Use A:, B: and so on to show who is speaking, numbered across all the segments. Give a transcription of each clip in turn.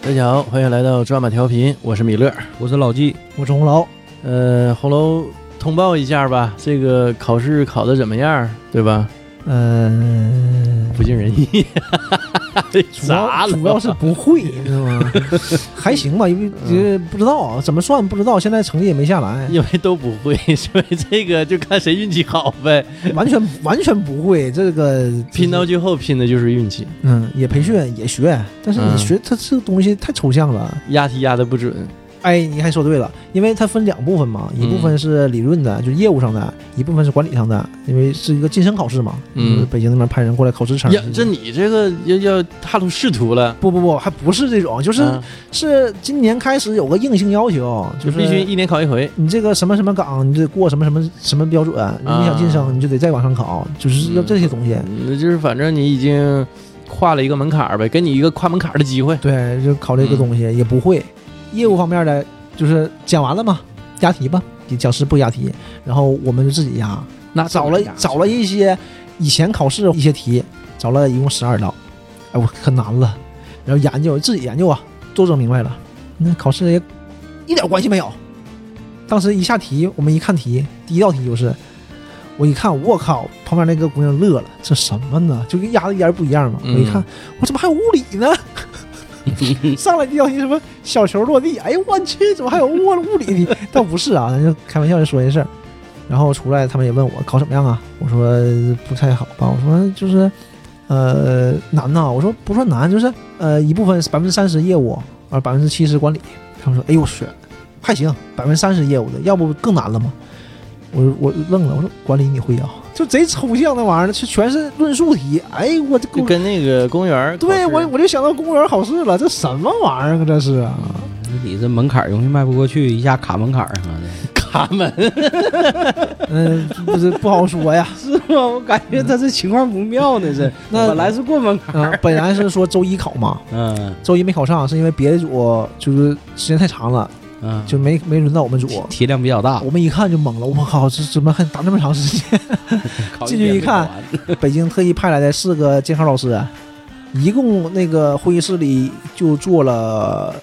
A: 大家好，欢迎来到抓马调频，我是米勒。
B: 我是老纪，
C: 我是红楼，
A: 呃，红楼通报一下吧，这个考试考的怎么样，对吧？
C: 呃，
A: 不尽人意，
C: 主要
A: 砸了
C: 主要是不会，你知道吗？ 还行吧，因为这不知道啊，怎么算不知道，现在成绩也没下来，
A: 因为都不会，所以这个就看谁运气好呗。
C: 完全完全不会。这个
A: 拼到，最后拼的就是运气，
C: 嗯，也培训也学，但是
A: 嗯
C: 你学它这个东西太抽象了。
A: 押题押的不准。
C: 哎，你还说对了，因为它分两部分嘛，一
A: 嗯
C: 部分是理论的，就是业务上的；一部分是管理上的，因为是一个晋升考试嘛。
A: 嗯
C: 就是北京那边派人过来考职称。
A: 呀，这你这个要要踏入仕途了，
C: 不不不，还不是这种，就是、
A: 啊
C: 是今年开始有个硬性要求，
A: 就
C: 就是
A: 必须一年考一回。
C: 你这个什么什么岗，你得过什么什么什么标准，你想晋升，你就得再往上考，就是要这些东西。
A: 那嗯就是反正你已经跨了一个门槛儿呗，给你一个跨门槛儿的机会。
C: 对，就考这个东西、也不会。业务方面的，就是讲完了嘛，押题吧，讲师不押题，然后我们就自己押，
A: 那
C: 找了找了一些以前考试一些题，找了一共十二道，哎，我可难了，然后研究自己研究啊，都整明白了，那考试也一点关系没有。当时一下题，我们一看题，第一道题就是，我一看，我靠，旁边那个姑娘乐了，这什么呢？就跟压的一点不一样嘛。我一看
A: 嗯，
C: 我怎么还有物理呢？上来第一道题什么小球落地，哎呦我去，怎么还有物物理题？倒不是啊，咱就开玩笑就说这事儿。然后出来他们也问我考怎么样啊，我说不太好吧，我说就是呃难呐、我说不算难，就是呃一部分百分之三十业务，而百分之七十管理。他们说哎呦我去，还行，百分之三十业务的，要不更难了吗？我我愣了，我说管理你会啊？就贼抽象那玩意儿，就全是论述题。哎，我这
A: 就跟那个公园儿考试，
C: 对我我就想到公务员考试了，这什么玩意儿啊？这是
B: 你得这门槛儿容易迈不过去，一下卡门槛儿啊啥的。
A: 卡门，
C: 嗯，不是不好说 呀。
B: 是吗？我感觉他这情况不妙呢，这
C: 那
B: 本来是过门槛
C: 啊、
B: 儿，
C: 本来是说周一考嘛，
B: 嗯
C: 周一没考上，是因为别的组就是时间太长了，
B: 嗯，
C: 就没没轮到我们组
B: 体。体量比较大，
C: 我们一看就懵了，我靠，这怎么还打这么长时间？
B: 考
C: 进去一
B: 遍没考
C: 看
B: 完，
C: 北京特意派来的四个监考老师，一共那个会议室里就坐了。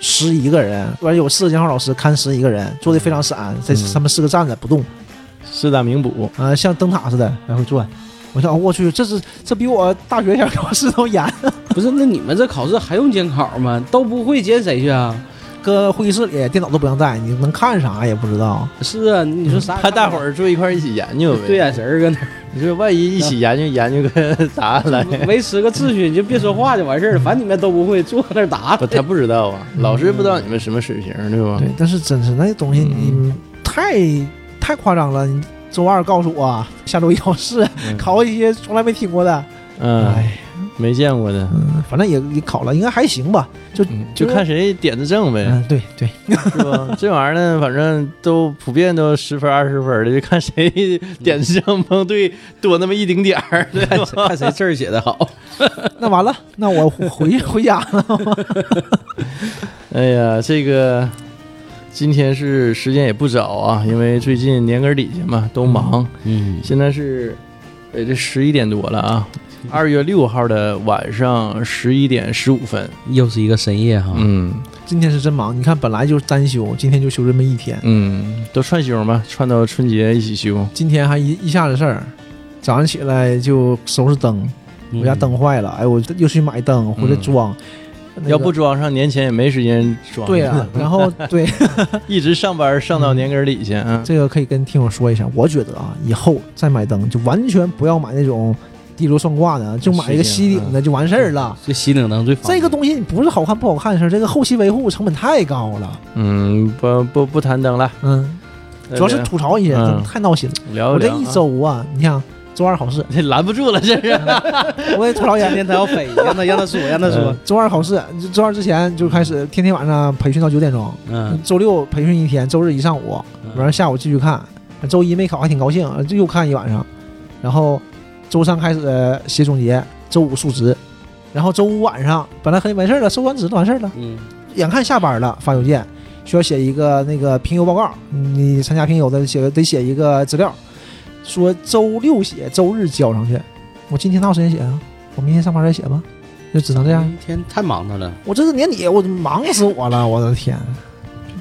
C: 十一个人，完有四个监考老师看十一个人，坐的非常散，在
A: 嗯
C: 他们四个站着不动。
A: 四大名捕，
C: 啊，像灯塔似的来回转。我想，哦我去，这是这比我大学前考试都严。
B: 不是？那你们这考试还用监考吗？都不会监谁去啊？
C: 搁会议室里，电脑都不让带，你能看啥也不知道。
B: 是啊，你说啥？
A: 他大伙儿坐一块儿一起研究呗。
B: 对眼嗯神儿搁那
A: 你说万一一起研究研究个 啥来？
B: 儿维持个秩序，你就别说话就完事儿了。反正你们都不会，坐那儿答
A: 不，他不知道
B: 嗯
A: 啊，老师不知道你们什么水平，对吧？
C: 对，但是真是那东西你，
A: 啊嗯
C: 太太夸张了。你周二告诉我下周一考试，
A: 嗯
C: 考一些从来没听过的。
A: 嗯，
C: 哎，
A: 没见过的，
C: 嗯，反正也也考了，应该还行吧。
A: 嗯就看谁点子正呗，
C: 嗯，对对，
A: 是
B: 嗯
A: 吧？这玩意儿呢，反正都普遍都十分二十分的，就看谁 点子正蒙对多那么一丁点儿。对
B: 看谁看谁字儿写的 好。
C: 那完了，那我回 回家了。
A: 哎呀，这个今天是时间也不早啊，因为最近年根儿底下嘛，都忙。
B: 嗯，
A: 现在是，哎，这十一点多了啊，二月六号的晚上十一点十五分。
B: 又是一个深夜
C: 啊
B: 哈。
A: 嗯
C: 今天是真忙，你看本来就是单休，今天就休这么一天，
A: 嗯，都串休嘛，串到春节一起休。
C: 今天还一一下子事儿，早上起来就收拾灯。
B: 嗯
C: 我家灯坏了，哎，我又去买灯回来装。那个
A: 嗯要不装上，年前也没时间装。
C: 对啊，然后对
A: 一直上班上到年根儿底下啊。
C: 嗯这个可以跟听友说一下，我觉得啊，以后再买灯就完全不要买那种滴落算挂的，就买一个吸顶的就完事儿了。
B: 这吸顶灯最方
C: 这
B: 便
C: 个东西不是好看不好看的事儿，这个后期维护成本太高了。
A: 嗯，不不不谈灯了，
C: 嗯，主要是吐槽一些，
A: 嗯
C: 真的太闹心了。
A: 聊
C: 我
A: 一
C: 这
A: 聊啊。
C: 一周啊，你想周二考试，
A: 这 拦不住了，这 是。
C: 我也吐槽一下
B: 今。天他要飞， 让他让他说，让他说。
C: 周二考试，周二之前就开始天天晚上培训到九点钟，
B: 嗯，
C: 周六培训一天，周日一上午，
B: 嗯
C: 完了下午继续看，周一没考还挺高兴，就又看一晚上，然后周三开始呃写总结，周五述职，然后周五晚上本来可以完事儿了，收完职就完事儿了。
B: 嗯
C: 眼看下班了，发邮件需要写一个那个评优报告，嗯你参加评优的写得写一个资料，说周六写，周日交上去。我今天哪有时间写啊？我明天上班再写吧，就只能这样。
B: 一天太忙他了，
C: 我这是年底，我忙死我了，我的天，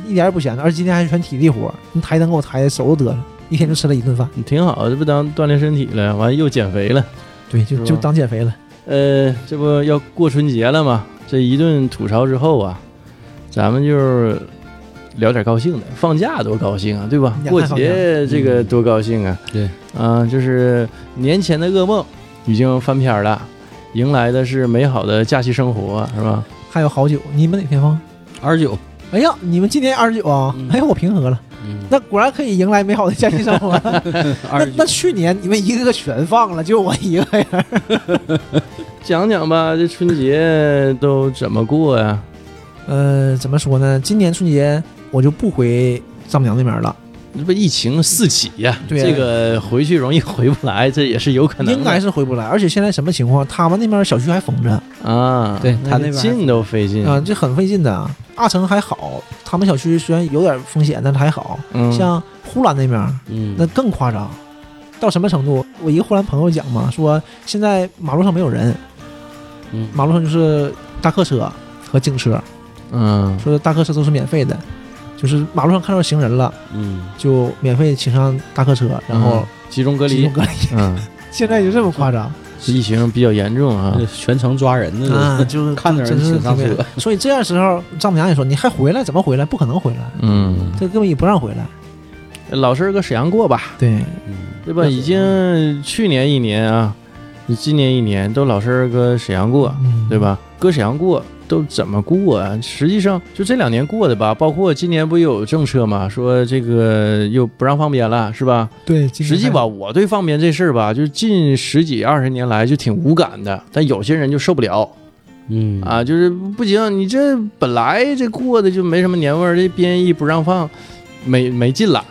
C: 一点也不闲着，而且今天还是全体力活，你抬灯给我抬的手都得了，一天就吃了一顿饭。
A: 你挺好，这不当锻炼身体了，完又减肥了。
C: 对，就是
A: 吧
C: 就当减肥了。
A: 呃，这不要过春节了吗？这一顿吐槽之后啊，咱们就聊点高兴的。放假多高兴啊，对吧？
C: 呀嗯
A: 过
C: 太高兴
A: 节这个多高兴啊！
B: 对，
A: 啊、就是年前的噩梦已经翻篇儿了，迎来的是美好的假期生活，是吧？
C: 还有好酒，你们哪天放？
B: 二十九，
C: 哎呀，你们今年二十九啊
B: 嗯？
C: 哎呀，我平和了，
B: 嗯，
C: 那果然可以迎来美好的假期生 活。
B: 二
C: 那那，去
B: 十九
C: 年你们一个个全放了，就我一个人。
A: 讲讲吧，这春节都怎么过呀、
C: 呃，怎么说呢？今年春节我就不回丈母娘那边了，
A: 这不疫情四起呀、
C: 对啊
A: 这个回去容易回不来，这也是有可能的。
C: 应该是回不来。而且现在什么情况？他们那边小区还封着啊、
A: 啊，
B: 对他
A: 个
B: 那边
A: 进都费劲，
C: 这很费劲的啊。阿城还好，他们小区虽然有点风险，但是还好。
A: 嗯，
C: 像呼兰那边儿
B: 嗯，
C: 那更夸张，到什么程度？我一个呼兰朋友讲嘛，说现在马路上没有人，
B: 嗯
C: 马路上就是大客车和警车，
A: 嗯，
C: 说大客车都是免费的，就是马路上看到行人了。
B: 嗯，
C: 就免费请上大客车，然后
A: 集中隔
C: 集
A: 离
C: 中，隔离。
A: 嗯，
C: 现在就这么夸张
A: 疫情比较严重啊
B: 这，全程抓人呢，这是
C: 啊就是
B: 看着嗯人
C: 真是
B: 请上
C: 特别
B: 车，
C: 所以这样时候，丈母娘也说：“你还回来？怎么回来？不可能回来，
A: 嗯，
C: 这根本也不让回来。
A: 老实搁沈阳过吧，”
C: 对，
B: 嗯，
A: 对吧？已经去年一年啊，今年一年都老实搁沈阳过，
C: 嗯
A: 对？吧？搁沈阳过都怎么过啊？实际上就这两年过的吧，包括今年不也有政策嘛，说这个又不让放鞭了，是吧？
C: 对，今
A: 实际
C: 年还
A: 吧，我对放鞭这事儿吧，就近十几二十年来就挺无感的，但有些人就受不了。
B: 嗯，
A: 啊，就是不行，你这本来这过的就没什么年味儿，这编译不让放，没没劲了。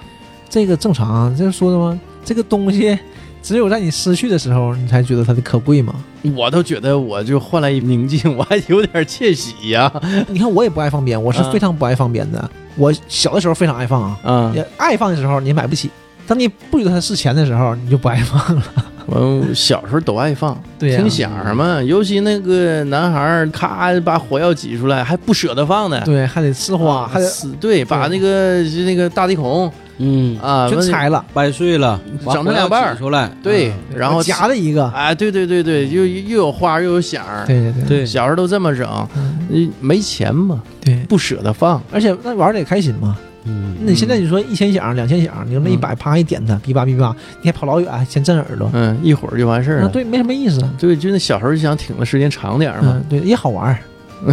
C: 这个正常，啊这说的吗？这个东西只有在你失去的时候，你才觉得它的可贵嘛。
A: 我都觉得我就换来一宁静， 我还有点窃喜呀、
C: 你看，我也不爱放鞭，我是
A: 嗯
C: 非常不爱放鞭的。我小的时候非常爱放啊，
A: 啊！
C: 也爱放的时候你买不起，当你不觉得它是钱的时候，你就不爱放了。
A: 我小时候都爱放，
C: 对啊呀
A: 听响儿嘛，尤其那个男孩儿咔把火药挤出来，还不舍得放呢。
C: 对，还得呲花，
A: 啊
C: 还得
A: 死对，把那个就那个大地孔
B: 嗯，
A: 啊
C: 全
A: 完
C: 拆了。
B: 掰碎了，把
A: 整成
B: 火药
A: 两半儿
B: 挤出来，
A: 对
B: 嗯，
A: 然后
C: 夹了一个，
A: 啊，对对对对，又又有花又有响儿。
C: 对对对
B: 嗯对，
A: 小时候都这么整，
C: 嗯
A: 你没钱嘛，
C: 对，
A: 不舍得放。
C: 而且那玩的也开心嘛。
B: 嗯，
C: 那你现在你说一千响、两千响，你就那一百啪一点它，哔吧哔吧，你还跑老远先震耳朵，
A: 嗯，一会儿就完事儿
C: 那
A: 了。
C: 啊对没什么意思。
A: 对，就那小时候就想挺的时间长点儿嘛
C: 嗯嗯，，对，也好玩。嗯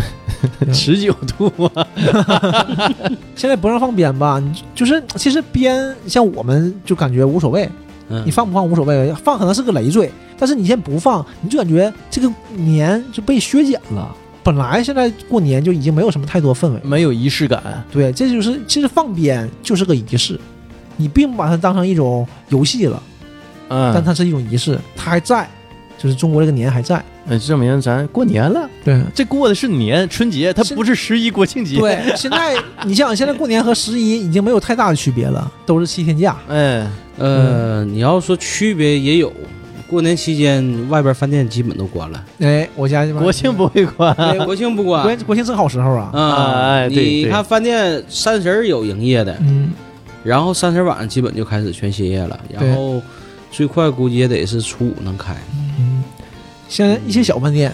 A: 十九度啊，
C: 现在不让放鞭吧，你就是其实鞭像我们就感觉无所谓，
B: 嗯
C: 你放不放无所谓，放可能是个累赘，但是你先不放，你就感觉这个年就被削减了。本来现在过年就已 经没有什么太多氛围了，
A: 没有仪式感。
C: 对，这就是其实放鞭就是个仪式，你并不把它当成一种游戏了，但
A: 嗯，
C: 它是一种仪式，它还在，就是中国这个年还在。
A: 那证明咱过年了，
C: 对
A: 这过的是年春节，它
C: 是
A: 不是十一国庆节。，
C: 对，现在你想想，现在过年和十一已经没有太大的区别了，都是七天假。
A: 哎，
B: 呃，你要说区别也有，过年期间外边饭店基本都关了，
C: 哎，我家这边嗯
A: 国庆不会关。
B: 对国庆不
C: 国
B: 关
C: 国庆正好时候啊。
A: 啊哎对
B: 你
A: 对
B: 看饭店三十儿有营业的，
C: 嗯，
B: 然后三十晚上基本就开始全歇业了，然后最快估计也得是初五能开。
C: 现在嗯一些小饭店，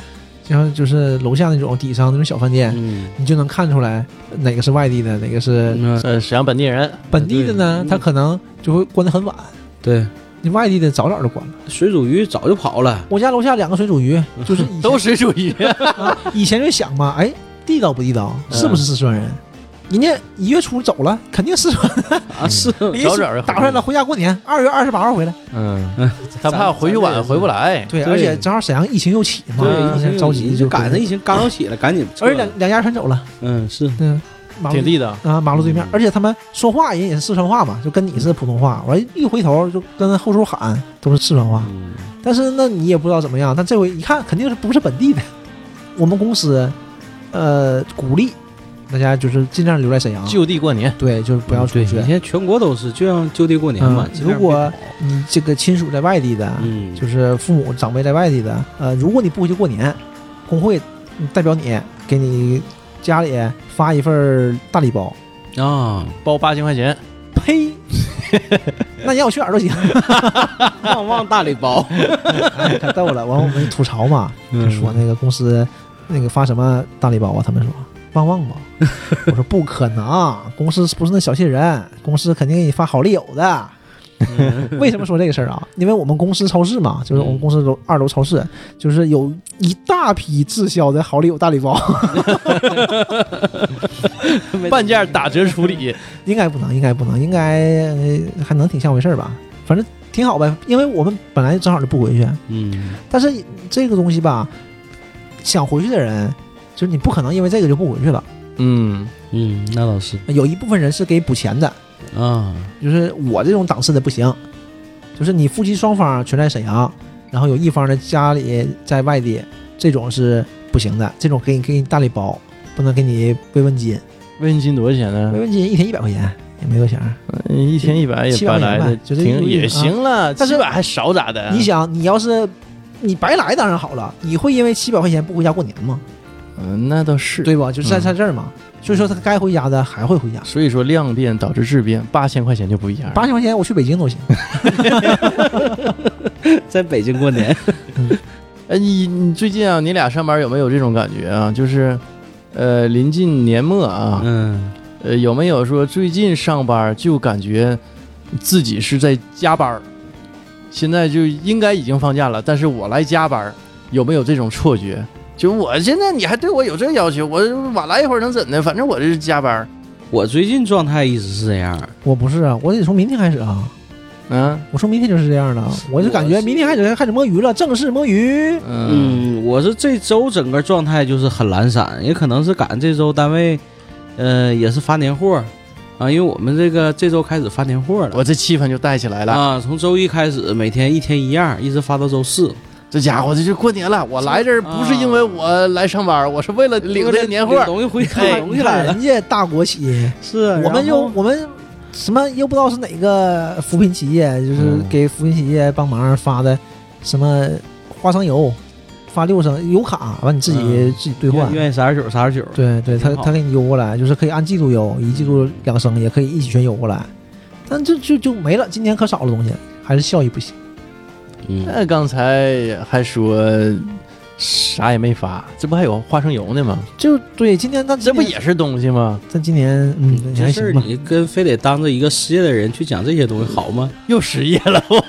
C: 像就是楼下那种底商那种小饭店，
B: 嗯，
C: 你就能看出来哪个是外地的，哪个是
B: 那
A: 呃，沈阳本地人，
C: 本地的呢
B: 对。嗯
C: 他可能就会关得很晚，
B: 对，
C: 你外地的早早就关了。
B: 水煮鱼早就跑了，
C: 我家楼下两个水煮鱼，
A: 嗯
C: 就是以 前
A: 都水煮鱼。
C: 啊，以前就想嘛，哎，地道不地道，
A: 嗯
C: 是不是四川人？人家一月初走了，肯定四川
B: 啊是，
C: 人，
A: 早早就
C: 打出来了，回家过年，二月二十八号回来。
A: 嗯， 他怕回去晚回不来。
C: 对，
B: 对
C: 而且正好沈阳疫情又
B: 啊
C: 起嘛，
B: 对，疫
C: 现在
B: 情
C: 着急
B: 就赶
C: 赶
B: 上疫情刚要起来，赶紧撤
C: 而
B: 了。
C: 且两两家全走了，
B: 嗯是，
C: 嗯，马路
A: 挺地道，
C: 啊，马路对面
B: 嗯，
C: 而且他们说话人也是四川话嘛，就跟你是普通话。完一回头就跟后厨喊都是四川话，
B: 嗯
C: 但是那你也不知道怎么样。但这回一看，肯定是不是本地的。 我们公司，呃，鼓励大家就是尽量留在沈阳，
A: 就地过年，
C: 对，就是不要出
B: 嗯对
C: 去
B: 你。现在全国都是，就像就地过年嘛
C: 嗯。
B: 尽量
C: 如果
B: 别跑
C: 你这个亲属在外地的，
B: 嗯，
C: 就是父母长辈在外地的，呃，如果你不回去过年，工会嗯代表你给你家里发一份儿大礼包。
B: 啊，
A: 包八千块钱，
C: 呸！ 那你让我去哪儿都行，
B: 旺旺大礼 包，
C: 哎可逗了。完我们吐槽嘛，就说那个公司那个发什么大礼包啊？他们说旺旺吧。 我说不可能，啊公司不是那小气人，公司肯定给你发好丽友的。 为什么说这个事儿啊？因为我们公司超市嘛，就是我们公司楼二楼超市，就是有一大批滞销的好丽友大礼包，
A: 半价打折处理，
C: 应该不能，应该不能，应该呃还能挺像回事儿吧？反正挺好呗，因为我们本来正好就不回去，
B: 嗯，
C: 但是这个东西吧，想回去的人，就是你不可能因为这个就不回去了。
A: 嗯，
B: 嗯，那倒是
C: 有一部分人是给补钱的，
B: 啊，
C: 就是我这种档次的不行，就是你夫妻双方全在沈阳，然后有一方的家里在外地，这种是不行的，这种给你给你大礼包，不能给你慰问金，
A: 慰问金多少钱呢
C: 慰？问金一天一百块钱也没多钱儿。
A: 一千一百也
C: 七
A: 白
C: 百
A: 来的，
C: 吧觉得有
A: 挺
C: 点啊
A: 也行了，
C: 但是
A: 七百还少咋的？
C: 你想，你要是你白来当然好了，你会因为七百块钱不回家过年吗？
A: 嗯，那倒是。
C: 对吧？就是
A: 嗯
C: 在在这儿嘛，所以说他该回家的还会回家。
A: 所以说量变导致质变，八千块钱就不一样了。
C: 八千块钱我去北京都行。
B: 在北京过年，
A: 哎，你你最近啊，你俩上班有没有这种感觉啊？就是，呃，临近年末啊，
B: 嗯，
A: 呃，有没有说最近上班就感觉自己是在加班儿？现在就应该已经放假了，但是我来加班儿，有没有这种错觉？就我现在你还对我有这要求，我晚来一会儿能怎的？反正我这是加班儿，
B: 我最近状态一直是这样，
C: 我不是啊，我得从明天开始啊。
A: 嗯
C: 我说明天就是这样的，我就感觉明天开始开始摸鱼了，正式摸鱼。
A: 嗯
B: 嗯，我是这周整个状态就是很懒散，也可能是赶这周单位，呃，也是发年货啊，因为我们这个这周开始发年货了
A: 我这气氛就带起来了。
B: 啊，从周一开始每天一天一样，一直发到周四，
A: 这家伙这就过年了，我来这儿不是因为我来上班，我是为了领这个年货
B: 领。东西回
A: 哎
B: 来，东西来了，
C: 人家大国企，
B: 是
C: 我们
B: 又
C: 又我们什么又不知道是哪个扶贫企业，就是
B: 嗯
C: 给扶贫企业帮忙发的什么花生油，发六升油卡，完你自己、
B: 嗯
C: 自己兑换。
B: 愿意啥十九啥十九，
C: 对对，他
B: 挺好
C: 他给你邮过来，就是可以按季度邮，一季度两升，也可以一起全邮过来。但这就就没了，今年可少了东西，还是效益不行。
B: 嗯，
A: 那刚才还说啥也没发，这不还有花生油呢吗？
C: 就对，今年但
A: 这不也是东西吗？
C: 但今年嗯，
B: 这
C: 还
B: 事儿
C: 行吧。
B: 你跟非得当着一个失业的人去讲这些东西好吗？
A: 又失业了我。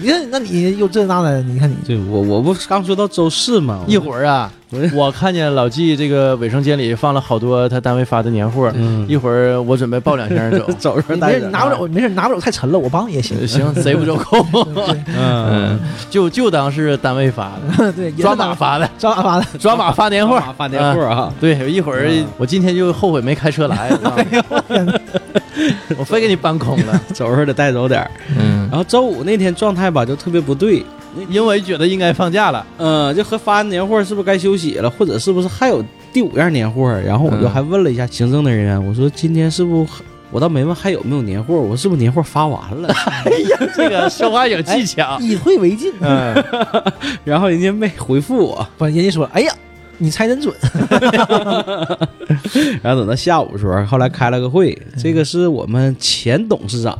C: 你看，那你又这那的，你看你
B: 对我我不是刚说到周四吗？
A: 一会儿啊，我看见老纪这个卫生间里放了好多他单位发的年货，
B: 嗯。
A: 一会儿我准备抱两箱走
B: 走着
C: 你
B: 待
C: 没事
B: 着
C: 拿不走，没事拿不走太沉了，我帮你也行。
A: 行，贼不走空，
C: 对
A: 嗯
B: 嗯，，
A: 就就当是单位发的，
C: 对，也是
A: 抓
C: 打
A: 马发的，
C: 抓马发的，
A: 抓马发年货。
B: 发年货啊，
A: 对，一会儿
B: 嗯
A: 我今天就后悔没开车来，我非给你搬空了。
B: 走着得带走点儿。
A: 嗯
B: 然，后周五那天状态吧就特别不对，
A: 因为觉得应该放假了，
B: 嗯，就和发完年货是不是该休息了，或者是不是还有第五样年货？然后我就
A: 嗯
B: 还问了一下行政的人员，我说今天是不是我倒没问还有没有年货，我是不是年货发完 了？
A: 这个说话有技巧。
C: 以退为进。
A: 嗯，
B: 然后人家没回复我，
C: 不，人家说，哎呀，你猜真准。
B: 然哎后等到下午的时候，后来开了个会，
C: 嗯
B: 这个是我们前董事长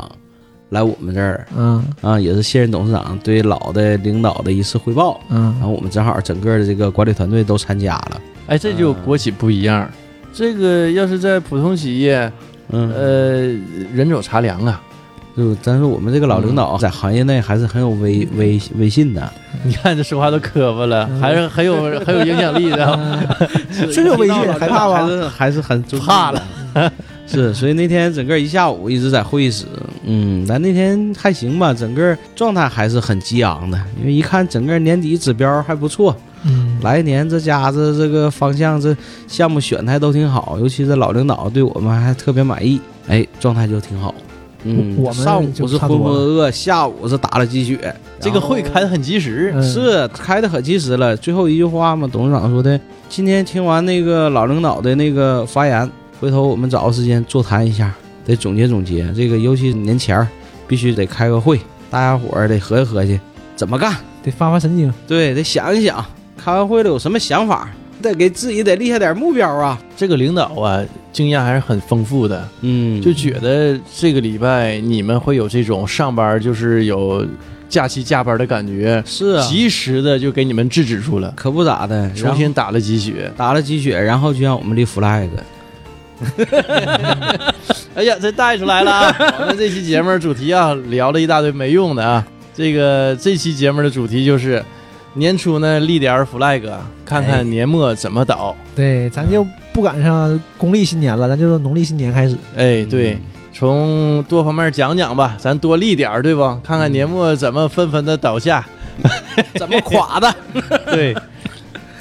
B: 来我们这儿
C: 嗯
B: 啊，也是现任董事长对老的领导的一次汇报。然
C: 嗯，
B: 后我们正好整个的这个管理团队都参加了，
A: 哎，这就国企不一样。这个要是在普通企业，
B: 嗯，
A: 呃，人走茶凉啊。
B: 就但是我们这个老领导在行业内还是很有威威威信的，
A: 你看这说话都磕巴了， 还是很有很有影响力
C: 嗯
A: 的。
C: 啊确实有威信
B: 听到了
C: 害怕吧
B: 还是还是很尊重
A: 怕
B: 的。 是，所以那天整个一下午一直在会议室，嗯，但那天还行吧，整个状态还是很激昂的，因为一看整个年底指标还不错，
C: 嗯
B: 来年这家子这个方向这项目选的还都挺好，尤其这老领导对我们还特别满意，哎，状态就挺好。嗯，
C: 我我们
B: 上午
C: 就是差
B: 浑
C: 多
B: 浑
C: 了
B: 噩噩，下午是打了鸡血。
A: 这个会开得很及时，
C: 嗯
B: 是开的可及时了。最后一句话嘛，董事长说的，今天听完那个老领导的那个发言，回头我们找个时间座谈一下，得总结总结。这个尤其年前儿，必须得开个会，大家伙儿得合计合计怎么干，
C: 得发发神经。
B: 对，得想一想，开完会了有什么想法，得给自己得立下点目标啊。
A: 这个领导啊，经验还是很丰富的，
B: 嗯
A: 就觉得这个礼拜你们会有这种上班就是有假期加班的感觉，
B: 是啊，
A: 及时的就给你们制止住了，
B: 可不咋的，
A: 重
B: 然
A: 新
B: 后
A: 打了鸡血。
B: 打了鸡血，然后就让我们立 flag。
A: 哎呀，这带出来了 啊！我们这期节目主题啊，聊了一大堆没用的啊。这个这期节目的主题就是年初呢立点儿 flag，看
B: 哎
A: 看年末怎么倒。
C: 对，咱就不赶上公历新年了，咱就是农历新年开始。
A: 哎，对，
B: 嗯
A: 从多方面讲讲吧，咱多立点儿，对不？看看年末怎么纷纷的倒下。
B: 嗯，怎么垮的？
A: 对，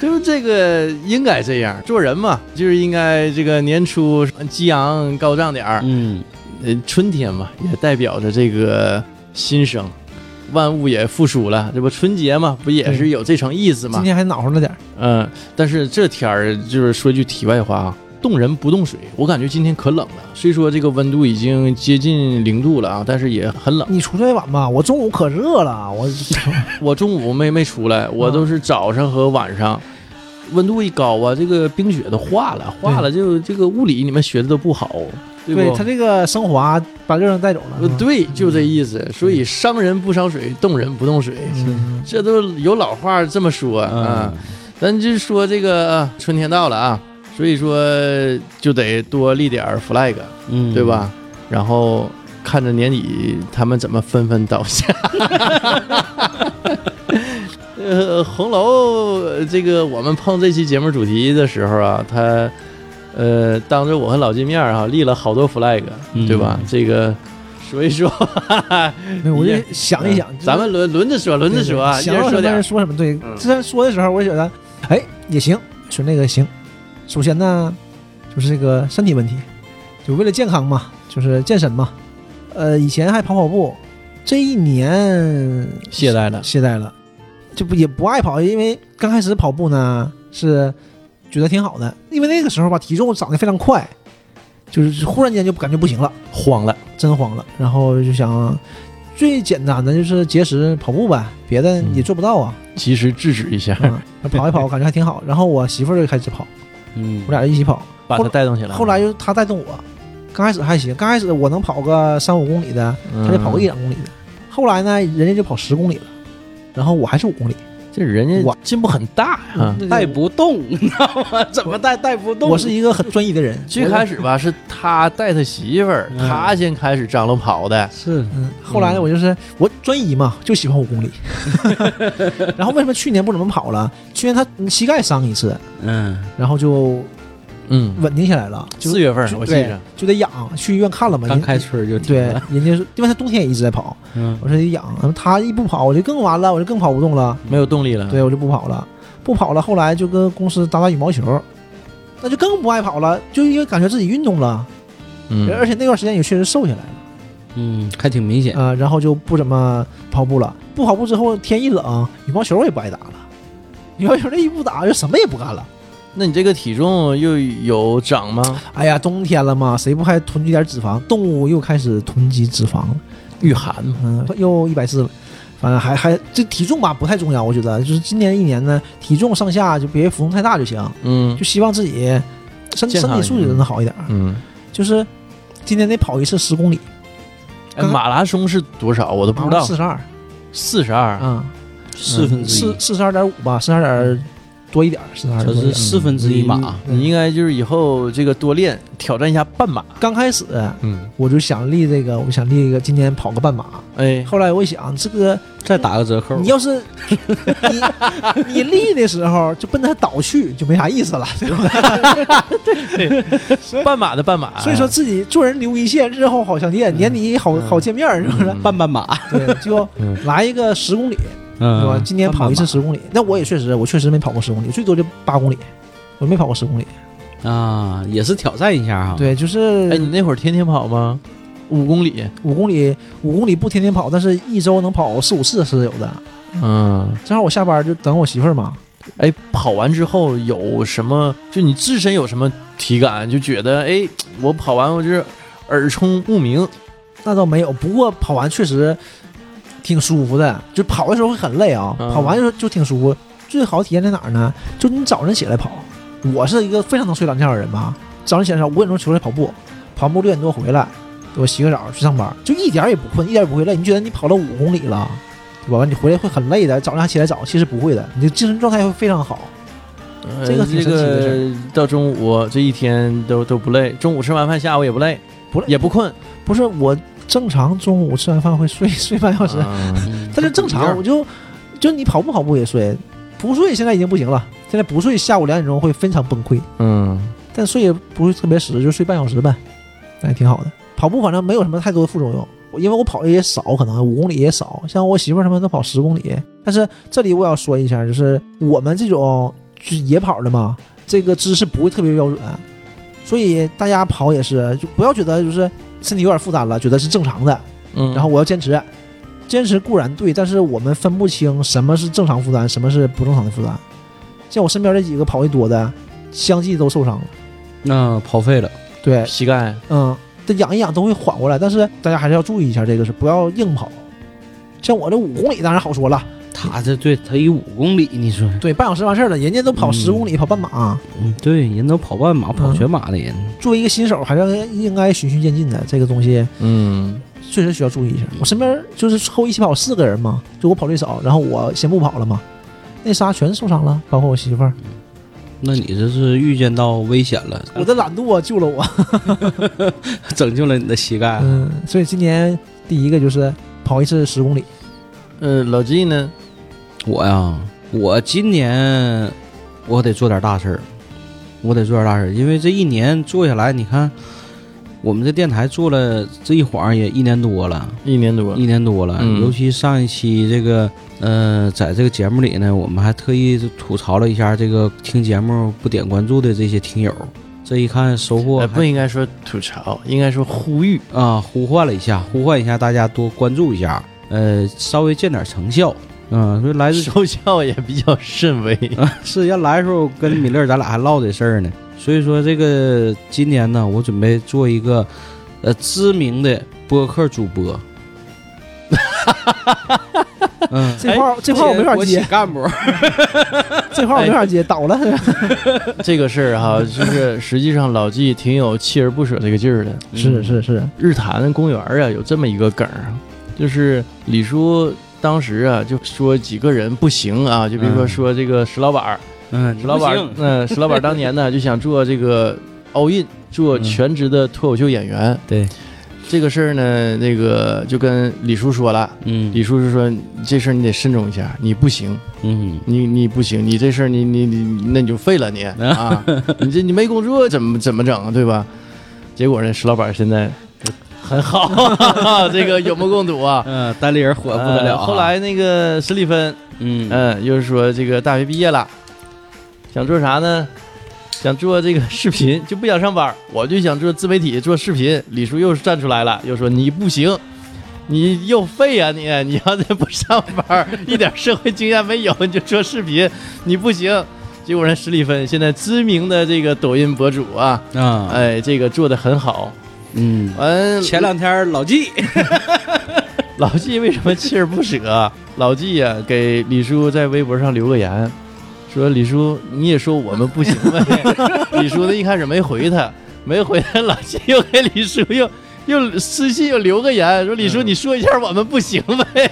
A: 就是这个应该这样做人嘛，就是应该这个年初激昂高涨点儿。
B: 嗯，
A: 呃，春天嘛，也代表着这个新生，万物也复苏了，这不春节嘛，不也是有这层意思
C: 今
A: 嘛？
C: 天还恼火了点儿，
A: 嗯，但是这天儿就是说句题外话啊，冻人不冻水，我感觉今天可冷了。虽说这个温度已经接近零度了啊，但是也很冷。
C: 你出来晚吧？我中午可热了， 我
A: 我中午没没出来，我都是早上和晚上。嗯温度一高啊，这个冰雪都化了，化了就这个物理你们学的都不好，对不？
C: 对他这个升华把热量带走
A: 呃
C: 了。是吧
A: 对，就这意思。所以伤人不伤水，动人不动水，
C: 嗯，
A: 这都有老话这么说
B: 嗯
A: 啊。咱就说这个啊春天到了啊，所以说就得多立点儿 flag，
B: 嗯，
A: 对？吧？然后看着年底他们怎么纷纷倒 下。呃，红楼呃这个我们碰这期节目主题的时候啊，他呃当着我和老金面儿啊立了好多 flag，
B: 嗯
A: 对吧？这个所以说，
C: 没有，我就
A: 也
C: 想一想，就 是
A: 咱们轮轮着说，轮着说啊，一
C: 想
A: 人
C: 到
A: 说
C: 什
A: 点
C: 么
A: 儿。嗯
C: 说什么。对，之前说的时候，我就觉得，哎，也行，说那个行。首先呢，就是这个身体问题，就为了健康嘛，就是健身嘛。呃，以前还跑跑步，这一年
A: 懈怠了
C: 懈怠了，就不也不爱跑，因为刚开始跑步呢是觉得挺好的，因为那个时候吧体重涨得非常快，就是忽然间就感觉不行了。
A: 慌了，
C: 真慌了，然后就想最简单的就是节食跑步呗，别的也做不到啊。
A: 及时制止一下，
C: 嗯，跑一跑，我感觉还挺好。然后我媳妇儿就开始跑，
B: 嗯，
C: 我俩一起跑。
A: 把他带动起来。
C: 后来就她带动我，刚开始还行，刚开始我能跑个三五公里的，她
A: 他
C: 就跑个一两公里的。后来呢，人家就跑十公里了，然后我还是五公里。
A: 这人
C: 我
A: 家进步很大
C: 嗯
A: 呀。
B: 带不动， 你知道吗？怎么带带不动？
C: 我是一个很专一的人，
A: 最开始 吧，是他带他媳妇儿，
B: 嗯
A: 他先开始张罗跑的。
B: 是
C: 嗯，后来呢，我就是我专一嘛，就喜欢五公 里。然后为什么去年不怎么跑了？去年他膝盖伤一次，
B: 嗯
C: 然后就
A: 嗯，
C: 稳定下来了。就
A: 四月份
C: 就
A: 我记
C: 对
A: 着，
C: 就得养，去医院看了嘛。
B: 刚
C: 人
B: 开春就
C: 对
B: 停了，，
C: 人家说，因为他冬天也一直在跑，
B: 嗯
C: 我说得养。然后他一不跑，我就更完了，我就更跑不动了。
A: 没有动力了。
C: 对，我就不跑了，不跑了。后来就跟公司打打羽毛球，那就更不爱跑了，就因为感觉自己运动了，
A: 嗯，
C: 而且那段时间也确实瘦下来了
B: 嗯，还挺明显。
C: 啊、然后就不怎么跑步了。不跑步之后，天一冷，羽毛球我也不爱打了。羽毛球那一不打就什么也不干了。
A: 那你这个体重又有涨吗？
C: 哎呀，冬天了嘛，谁不还囤积点脂肪？动物又开始囤积脂肪了。
A: 御寒嘛，
C: 嗯，又一百四了，反正还还这体重吧不太重要，我觉得就是今年一年呢，体重上下就别浮动太大就行，
A: 嗯
C: 就希望自己身
A: 健
C: 身
A: 康
C: 体
A: 一
C: 素质
A: 点
C: 能好一点儿。
A: 嗯。
C: 就是今年得跑一次十公里，
A: 哎马拉松是多少？我都不知道
C: 四，十二
A: 四十二，
C: 啊，
B: 四分之一
C: 四，四十二点五吧，四十二
A: 嗯
C: 点多一点儿，四十二
B: 这
C: 多一
B: 是
C: 点儿。
B: 嗯四分之一
A: 你
B: 马。
A: 你应该就是以后这个多练，挑战一下半马。
C: 刚开始
A: 嗯，
C: 我就想立这个，我想立一个今年跑个半马。
A: 哎，
C: 后来我一想，这个
B: 再打个折扣，
C: 你要是你你立的时候就奔着倒去，就没啥意思了，对吧？
A: 半马的半马。
C: 所以说自己做人留一线，日后好相见，年底好好见面儿，是不是？
A: 嗯
B: 半半马，
C: 对，就
A: 嗯
C: 来一个十公里，
B: 嗯，
C: 对吧？今年跑一次
B: 半
C: 十公里，那我也确实，我确实没跑过十公里，我最多就八公里，我没跑过十公里。
B: 马啊，也是挑战一下哈。，
C: 对，就是
A: 哎，你那会儿天天跑吗？五公里，
C: 五公里，五公里不天天跑，但是一周能跑四五次是有的。
A: 嗯，
C: 正好我下班就等我媳妇儿嘛，
A: 哎，跑完之后有什么？就你自身有什么体感？就觉得哎，我跑完我就是耳聪目明，
C: 那倒没有，不过跑完确实挺舒服的，就跑的时候会很累啊，
A: 嗯
C: 跑完的时候就挺舒服。最好的体验在哪儿呢？就你早晨起来跑，我是一个非常能睡懒觉的人吧。早上起来五点钟起来跑步，跑完步六点多回来，我洗个澡去上班，就一点儿也不困，一点儿也不会累。你觉得你跑了五公里了，对吧？完你回来会很累的，早上还起来早，其实不会的，你的精神状态会非常好。
A: 呃
C: 这个挺
A: 这
C: 神奇的事
A: 个到中午这一天都都不累，中午吃完饭下午也不累，
C: 不累
A: 也不困，
C: 不是我正常中午吃完饭会睡 睡半小时，
A: 嗯
C: 但是正常，我就就你跑不跑步也睡，不睡现在已经不行了，现在不睡下午两点钟会非常崩溃，
A: 嗯，
C: 但睡也不是特别实，就睡半小时呗，那也挺好的。跑步反正没有什么太多的副作用，我因为我跑的也少，可能五公里也少，像我媳妇儿他们都跑十公里。但是这里我要说一下，就是我们这种就是野跑的嘛，这个姿势不会特别标准，所以大家跑也是就不要觉得就是身体有点负担了，觉得是正常的，
A: 嗯
C: 然后我要坚持，坚持固然对，但是我们分不清什么是正常负担，什么是不正常的负担。像我身边这几个跑得多的，相继都受伤了。
B: 那跑废了。
C: 对，
A: 膝盖
C: 嗯，这养一养都会缓过来，但是大家还是要注意一下这个事，不要硬跑。像我这五公里当然好说了，
B: 他这对他一五公里，你说，
C: 对，半小时完事儿了，人家都跑
B: 嗯
C: 十公里，跑半马。
B: 嗯，对，人都跑半马、
C: 嗯
B: 跑全马的人，
C: 作为一个新手，还是应该循序渐进的，这个东西
A: 嗯
C: 确实需要注意一下。我身边就是和我一起跑四个人嘛，就我跑最少，然后我先不跑了嘛，那仨全受伤了，包括我媳妇儿。
B: 那你这是遇见到危险了，
C: 我的懒惰啊救了我。
B: 拯救了你的膝盖。
C: 嗯，所以今年第一个就是跑一次十公里，
A: 呃，老纪呢？
B: 我呀，我今年我得做点大事儿，我得做点大事儿，因为这一年做下来，你看我们这电台做了这一晃也一年多了。
A: 一年多
B: 一年多了，
A: 嗯
B: 尤其上一期这个，呃，在这个节目里呢，我们还特意吐槽了一下这个听节目不点关注的这些听友，这一看收获
A: 呃
B: 还
A: 不应该说吐槽，应该说呼吁。
B: 啊，呼唤了一下，呼唤一下大家多关注一下，呃，稍微见点成效，嗯、所以来自
A: 收效也比较甚微。
B: 啊是要来的时候跟米勒咱俩还唠这事儿呢，所以说这个今年呢，我准备做一个，呃，知名的播客主播，嗯，
C: 这话、这话我没法
B: 国企
C: 接，
B: 干部，
C: 这话我没法接，倒了。
A: 这个事儿哈，就是实际上老纪挺有锲而不舍这个劲儿的。
C: 是是是，
A: 日坛公园啊，有这么一个梗儿，就是李叔当时啊就说几个人不行啊，就比如说
B: 嗯
A: 说这个石老板儿，
B: 嗯，
A: 石老板 儿，嗯、石老板儿当年呢就想做这个 all in，做全职的脱口秀演员。
B: 对，
A: 这个事儿呢，那个就跟李叔说了，
B: 嗯
A: 李叔就说这事儿你得慎重一下，你不行，
B: 嗯，
A: 你你不行，你这事儿你你你那你就废了你 啊！你这你没工作怎么怎么整啊对吧？结果呢，石老板现在很好， 这个有目共睹啊。
B: 呃，单立人火不得了
A: 呃
B: 啊，
A: 后来那个史蒂芬，
B: 嗯，嗯
A: 嗯，又是说这个大学毕业了，想做啥呢？想做这个视频，就不想上班，我就想做自媒体，做视频。李叔又站出来了，又说你不行，你又废呀、你！你要再不上班， 一点社会经验没有，你就做视频，你不行。结果人史蒂芬现在知名的这个抖音博主啊，
B: 啊，
A: 哎，这个做的很好。
B: 嗯，
A: 完，
B: 前两天老纪，
A: 老纪为什么锲而不 舍？老纪呀、给李叔在微博上留个言，说李叔你也说我们不行 呗。李叔呢一开始没回他，没回他，老纪又给李叔又又私信又留个言，说李叔
B: 嗯
A: 你说一下我们不行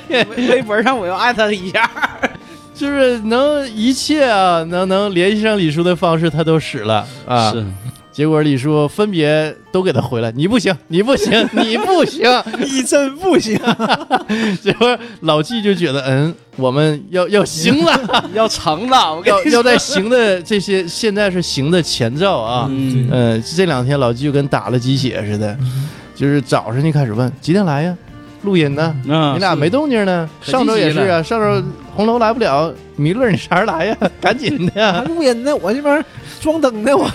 A: 呗，
B: 微博上我又艾特他一下，
A: 就是能一切啊能能联系上李叔的方式他都使了啊。
B: 是，
A: 结果李叔分别都给他回了，你不行，你不行，你不 行。
C: 你真不行，
A: 结果老纪就觉得，嗯，我们要要行了。
B: 要成了，我
A: 要要在行的这些，现在是行的前兆啊。
B: 嗯
A: 嗯，这两天老纪就跟打了鸡血似的，就是早上就开始问几点来呀？录音呢，
B: 那
A: 你俩没动静呢。
B: 啊可
A: 上周也是
B: 积极
A: 啊，上周红楼来不了，弥勒你啥时候来呀？ 赶紧的
C: 还
A: 呀！
C: 录音呢，我这边装灯呢，我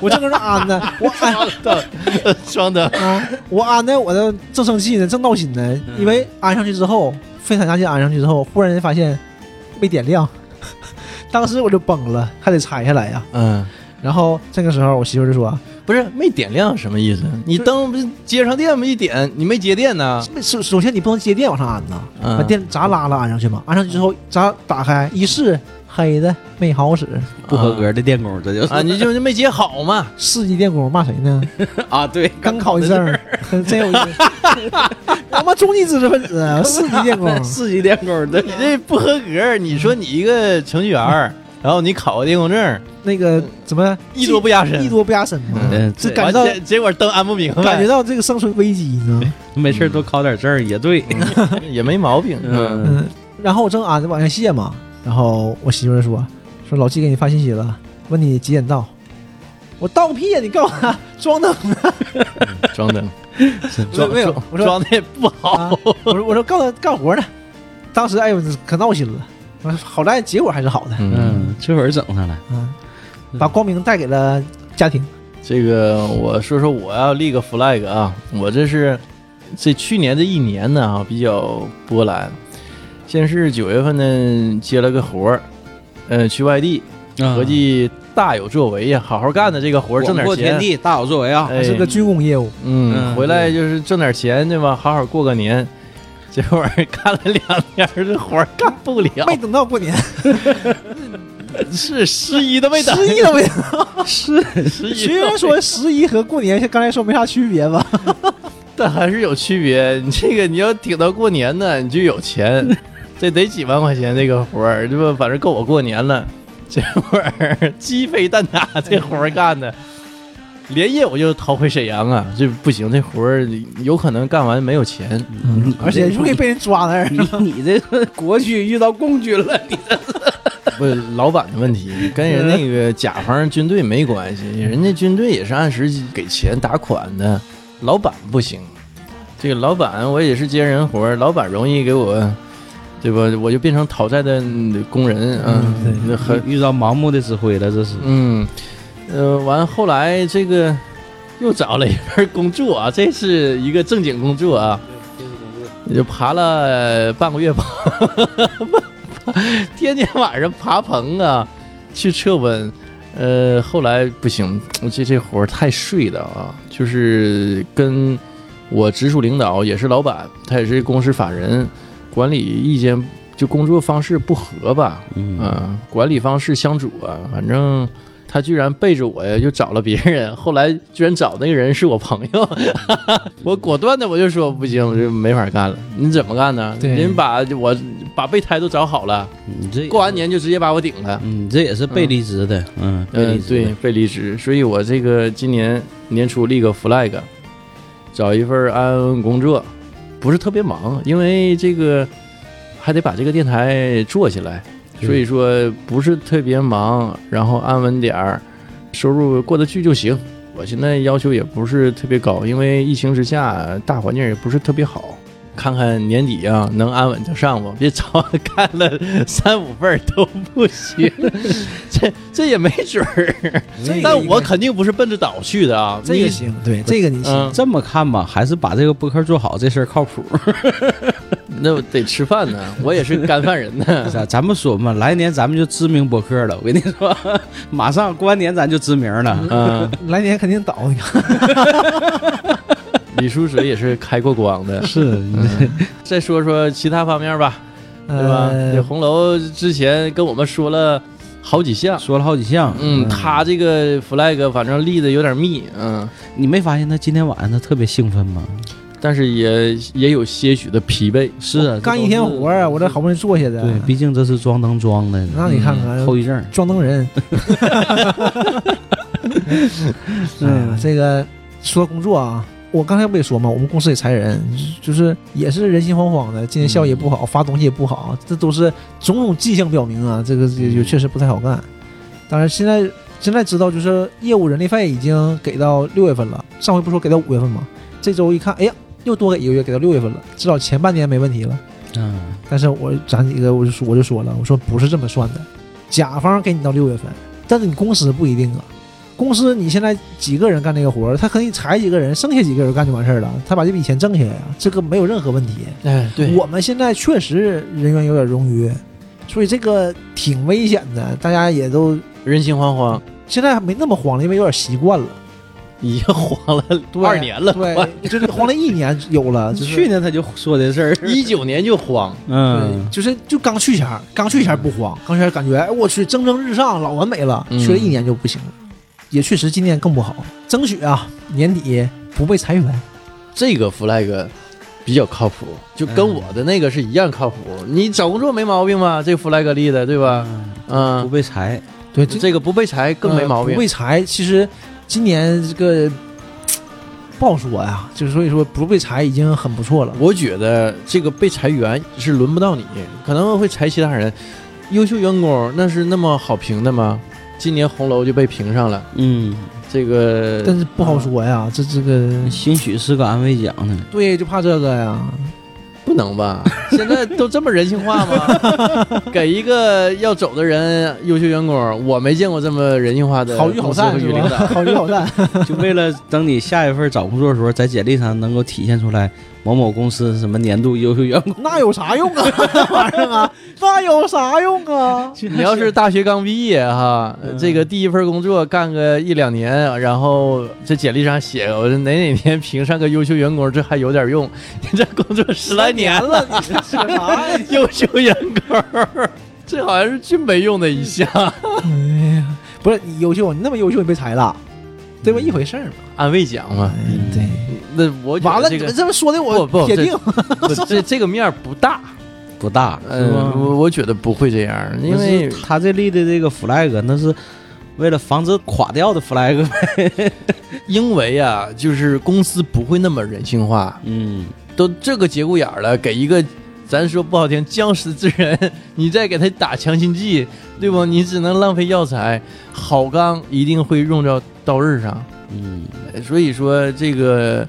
C: 我正搁那安呢，我安
A: 双灯，
C: 啊，我安呢，我这正生气呢，正闹心呢，
B: 嗯
C: 因为安上去之后，飞毯加线安上去之后，忽然间发现没点亮， 当时我就崩了，还得拆下来呀。
A: 嗯，
C: 然后这个时候我媳妇就说
A: 不是没点亮什么意思？你灯不是接上电吗？一点你没接电呢？：“
C: 首首先你不能接电往上安呐，把
A: 嗯，
C: 电闸拉了安上去嘛，安上去之后闸打开一试，黑的没好使，
B: 不合格的电工，这就是
A: 啊，你就没接好嘛？
C: 四级电工骂谁呢？
B: 啊，对，
C: 刚考一证 儿，真有意思，他妈中级知识分子，啊四级电工。
B: 四级电工，对
A: 你，这不合格！你说你一个程序员 儿，然后你考个电工证，
C: 那个怎么
A: 艺多不压身
C: 艺多不压身嘛。
A: 嗯
B: 嗯，
C: 这
B: 这
C: 感觉到
A: 完结结果灯安不明
C: 感
A: 白
C: 觉，到这个生存危机呢。
B: 没事儿多考点证儿也对，
A: 也没毛病。嗯，
B: 嗯
C: 嗯，然后我正安着往下卸嘛，然后我媳妇儿说说老季给你发信息了，问你几点到。我到个屁呀、你干嘛装灯呢？
A: 装 灯，
B: 嗯
C: 没有
A: 装
C: 没有
A: 装，
C: 我说
A: 装的也不
C: 啊
A: 好。，
C: 我说我说干干活呢。当时哎呦可闹心了，好在结果还是好的，
A: 嗯，
B: 嗯，这会儿整上了，
C: 嗯，把光明带给了家庭。
A: 这个我说说我要立个 flag 啊，我这是这去年这一年呢啊比较波澜，先是九月份呢接了个活儿，呃，去外地，合
B: 合计
A: 计大有作为呀，好好干的这个活儿挣点
B: 广阔天
A: 钱。
B: 地大有作为啊，
A: 哎
C: 是个军工业务，
A: 嗯，
B: 嗯
A: 回来就是挣点钱对吧？好好过个年。结果 干了两年，这活儿干不了，
C: 没等到过年，
A: 是十一都 没等，哎
C: 十 一都没。
A: 是十一。
C: 虽然说十一和过年像刚才说没啥区别吧，
A: 但还是有区别。你这个你要顶到过年呢，你就有钱，这得几万块钱这个活儿，这不反正够我过年了。这会儿鸡飞蛋打，这活儿干的，连夜我就逃回沈阳啊！这不行，这活儿有可能干完没有钱。
C: 而且容易被人抓那儿。
A: 嗯
B: 你 你这个国军遇到共军了，你
A: 不是老板的问题，跟人那个甲方军队没关系，人家军队也是按时给钱打款的，老板不行。这个老板我也是接人活儿，老板容易给我，对吧？我就变成讨债的工人，嗯，
C: 对
A: 那很
B: 遇到盲目的指挥了，这是
A: 嗯，呃，完后来这个又找了一份工作啊， 这是一个正经工作啊，就爬了半个月棚， 天天晚上爬棚啊，去测温。呃，后来不行，我这这活儿太睡了啊，就是跟我直属领导也是老板，他也是公司法人，管理意见就工作方式不合吧，
B: 嗯，
A: 嗯，管理方式相左啊，反正他居然背着我呀，又找了别人，后来居然找那个人是我朋友，我果断的我就说不行，我这没法干了，你怎么干呢？
C: 对
A: 人把我把备胎都找好了，
B: 你这
A: 过完年就直接把我顶了。
B: 嗯，这也是被离职的，嗯，被
A: 嗯
B: 离，职
A: 对
B: 的，，
A: 被离职，所以我这个今年年初立个 flag，找一份安稳工作，不是特别忙，因为这个还得把这个电台做起来，
B: 是
A: 所以说不是特别忙，然后安稳点儿，收入过得去就行。我现在要求也不是特别高，因为疫情之下大环境也不是特别好。看看年底啊，能安稳就上吧，别早干了三五份儿都不行， 这这也没准儿。
C: 这个
A: 但我肯定不是奔着岛去的啊，
C: 这
A: 你
C: 个行，对这个你行。
A: 嗯，
B: 这么看吧，还是把这个播客做好，这事儿靠 谱。
A: 那我得吃饭 呢，我也是干饭人呢。
B: 咱咱们说嘛，来年咱们就知名播客了。我跟你说， 马上过完年咱就知名了。
A: 嗯，
C: 来年肯定倒，你看
A: 李叔水也是开过光 的。嗯
B: 是，
A: 再说说其他方面吧，对吧？
C: 呃
A: 这红楼之前跟我们说了好几项，
B: 说了好几项，
A: 嗯，他这个 flag 反正立的有点密，嗯，
B: 你没发现他今天晚上他特别兴奋吗？
A: 但是也也有些许的疲惫。
B: 是啊，
C: 干一天活儿，我这好不容易坐下的，啊
B: 对，毕竟这是装灯装的
C: 那你看
A: 嗯
C: 看
B: 后遗症。
C: 装灯人，嗯，这个说工作啊，我刚才不也说嘛，我们公司也裁人，就是也是人心惶惶的，今年效益也不好，发东西也不好，这都是种种迹象表明啊，这个也也确实不太好干。当然，现在现在知道就是业务人力费已经给到六月份了，上回不说给到五月份吗？这周一看，哎呀，又多给一个月，给到六月份了，至少前半年没问题了。
B: 嗯
C: 但是我咱几个我就说我就说了，我说不是这么算的，甲方给你到六月份，但是你公司不一定啊。公司你现在几个人干这个活儿，他可以裁几个人，剩下几个人干就完事儿了，他把这笔钱挣下来啊，这个没有任何问题。
A: 哎，对，
C: 我们现在确实人员有点冗余，所以这个挺危险的，大家也都
A: 人心惶惶，
C: 现在还没那么慌了，因为有点习惯了。
A: 已经 黄了
C: 对
A: 二年了， 快
C: 对，就是慌了一年有了，就是
B: 去年他就说这事儿，
A: 一九年就慌，
B: 嗯，
C: 就是就刚去前儿，刚去前儿不慌，刚去前儿感觉哎我去蒸蒸日上，老完美了，
A: 嗯
C: 去了一年就不行了，也确实今年更不好，争取啊年底不被裁员。
A: 这个 flag 比较靠谱，就跟
B: 嗯
A: 我的那个是一样靠谱。你找工作没毛病吧？这 flag 立的，对吧？
B: 不
A: 嗯，
B: 被裁，
C: 对，
A: 这个不被裁更没毛
C: 呃
A: 病
C: 不。被裁，其实今年这个不好说呀，就是所以说不被裁已经很不错了。
A: 我觉得这个被裁员是轮不到你，可能会裁其他人。优秀员工那是那么好评的吗？今年红楼就被评上了，
B: 嗯，
A: 这个
C: 但是不好说呀，这这个
B: 兴许是个安慰奖 呢。
C: 对，就怕这个呀。
A: 不能吧？ 现在都这么人性化吗？ 给一个要走的人优秀员工，我没见过这么人性 化的
C: 好聚好散
A: 公司
C: 是
A: 和领
C: 吧？
A: 导。
C: 好聚好散，
B: 就为了等你下一份找工作的时候，在简历上能够体现出来某某公司什么年度优秀员工。
C: 那有啥用啊？ 那玩意儿啊，那有啥用啊？
A: 你要是大学刚毕业哈，
B: 嗯
A: 这个第一份工作干个一两年，然后这简历上写我这哪哪天评上个优秀员工，这还有点用。 你这工作十来年了，
C: 了，你这是啥呀？
A: 优秀员工， 这好像是最没用的一项，
C: 哎呀，不是你优秀，你那么优秀，你被裁了，对吧？一回事儿嘛。
A: 安慰奖嘛。
B: 嗯
C: 哎对，
A: 那我觉得
C: 完了，
A: 这
C: 你
A: 个
C: 们这么说的，我
A: 不不
C: 铁定
A: 不这这个面儿不大，
B: 不大，是
A: 呃，
B: 吧？
A: 我我觉得不会这样，因为
B: 那是他这立的这个 flag，那是为了防止垮掉的 flag。
A: 因为啊，就是公司不会那么人性化，
B: 嗯，
A: 都这个节骨眼儿了，给一个咱说不好听将死之人， 你再给他打强心剂，对不？你只能浪费药材，好钢一定会用到刀刃上。
B: 嗯，
A: 呃所以说这个。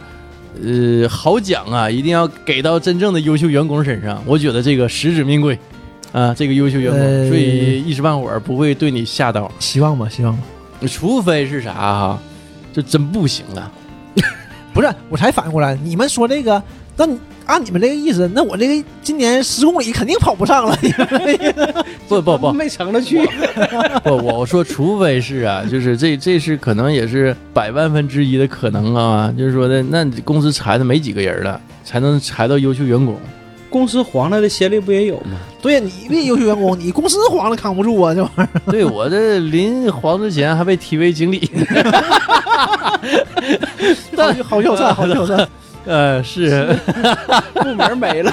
A: 呃，好奖啊，一定要给到真正的优秀员工身上。我觉得这个实至名归，啊，这个优秀员工，
C: 呃
A: 所以一时半会儿不会对你下刀。
C: 希望吧，希望吧。
A: 除非是啥哈，就真不行啊了。
C: 不是，我才反应过来，你们说这个，那你按你们这个意思，那我这个今年十公里肯定跑不上了。你们这个
A: 不不不
B: 没成了去。
A: 不，我我说，除非是啊，就是这这是可能也是百万分之一的可能啊，就是说的，那你公司裁的没几个人了，才能裁到优秀员工。
B: 公司黄了的先例不也有吗？
C: 对呀，你别优秀员工，你公司黄了扛不住啊，这玩意儿。
A: 对我这临黄之前还被提为经理，
C: 好聚好聚好散，好聚好散。
A: 呃，是
B: 部门没 了，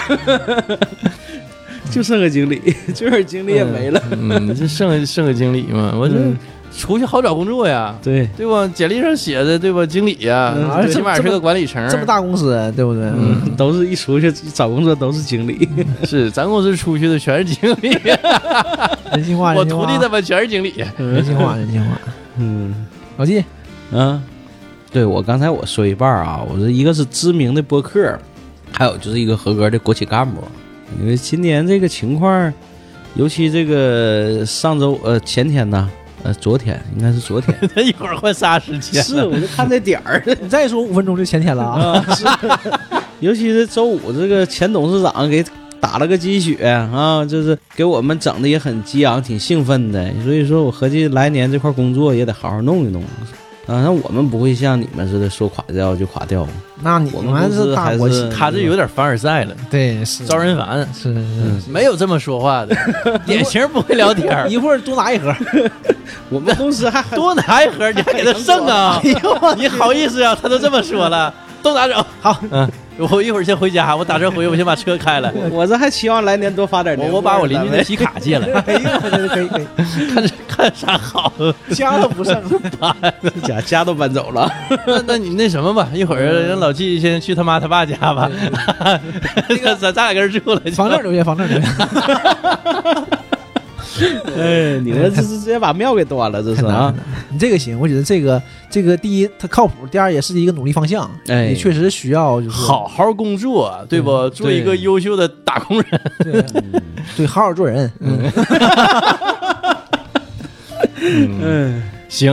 B: 就剩个经理，就是经理也没了。
A: 嗯，这剩剩个经理嘛，我这
B: 嗯
A: 出去好找工作呀，
B: 对，
A: 对吧？简历上写的对吧？经理呀
B: 嗯，
A: 最起码是个管理层，
C: 这么大公司，对不对？
A: 嗯
B: 都是一出去找工作都是经理。
A: 是咱公司出去的全是经理，
C: 人性化，
A: 我
C: 人性
A: 徒
C: 化
A: 弟他妈全是经理。
C: 人性化，人性化。
B: 嗯
C: 老纪，
B: 啊，对我刚才我说一半儿啊，我说一个是知名的播客，还有就是一个合格的国企干部，因为今年这个情况，尤其这个上周呃前天呢。呃，昨天应该是昨 天，
A: 他一会儿换仨时间
B: 是，我就看这点儿，
C: 你再说五分钟就前天了啊！
B: 尤其是周五这个前董事长给打了个鸡血啊，就是给我们整的也很激昂，挺兴奋的。所以说我合计来年这块工作也得好好弄一弄。啊，那我们不会像你们似的说垮掉就 垮掉，
C: 那你
B: 我们
C: 们
B: 公司
C: 是大
B: 还
C: 国
B: 是
C: 企，
A: 他这有点凡尔赛了，
C: 对，是
A: 招人烦。
C: 是是
A: 没有这么说话 的，典型不会聊天儿
C: 是，。一会儿多拿一 盒，
B: 我们公司还
A: 多拿一盒，你还给他剩
C: 哎
A: 啊？ 你好意思啊？他都这么说 了，都拿走。好，嗯，我一会儿先回家，我打车回，我先把车开 了。
B: 我这还期望来年多发点
A: 我我把我邻居的皮卡 借了，
C: 哎呦，我觉得可以可以，
A: 看看啥好。
C: 家都不剩，
B: 家家都搬走了，
A: 那那你那什么吧，一会儿让老纪先去他妈他爸家吧，嗯 那个咱咱俩搁这儿住了。
C: 房证留下，房证留下。
B: 哎， 你这这直接把庙给端了，这
C: 太
B: 是
C: 难了
B: 啊！，
C: 你这个行，我觉得这个这个第一它靠谱，第二也是一个努力方向，
B: 哎
C: 你确实需要就 是
A: 好好工作，嗯对不？做一个优秀的打工人，
C: 对
A: 嗯
C: 对好好做人，嗯，
B: 嗯
A: 行，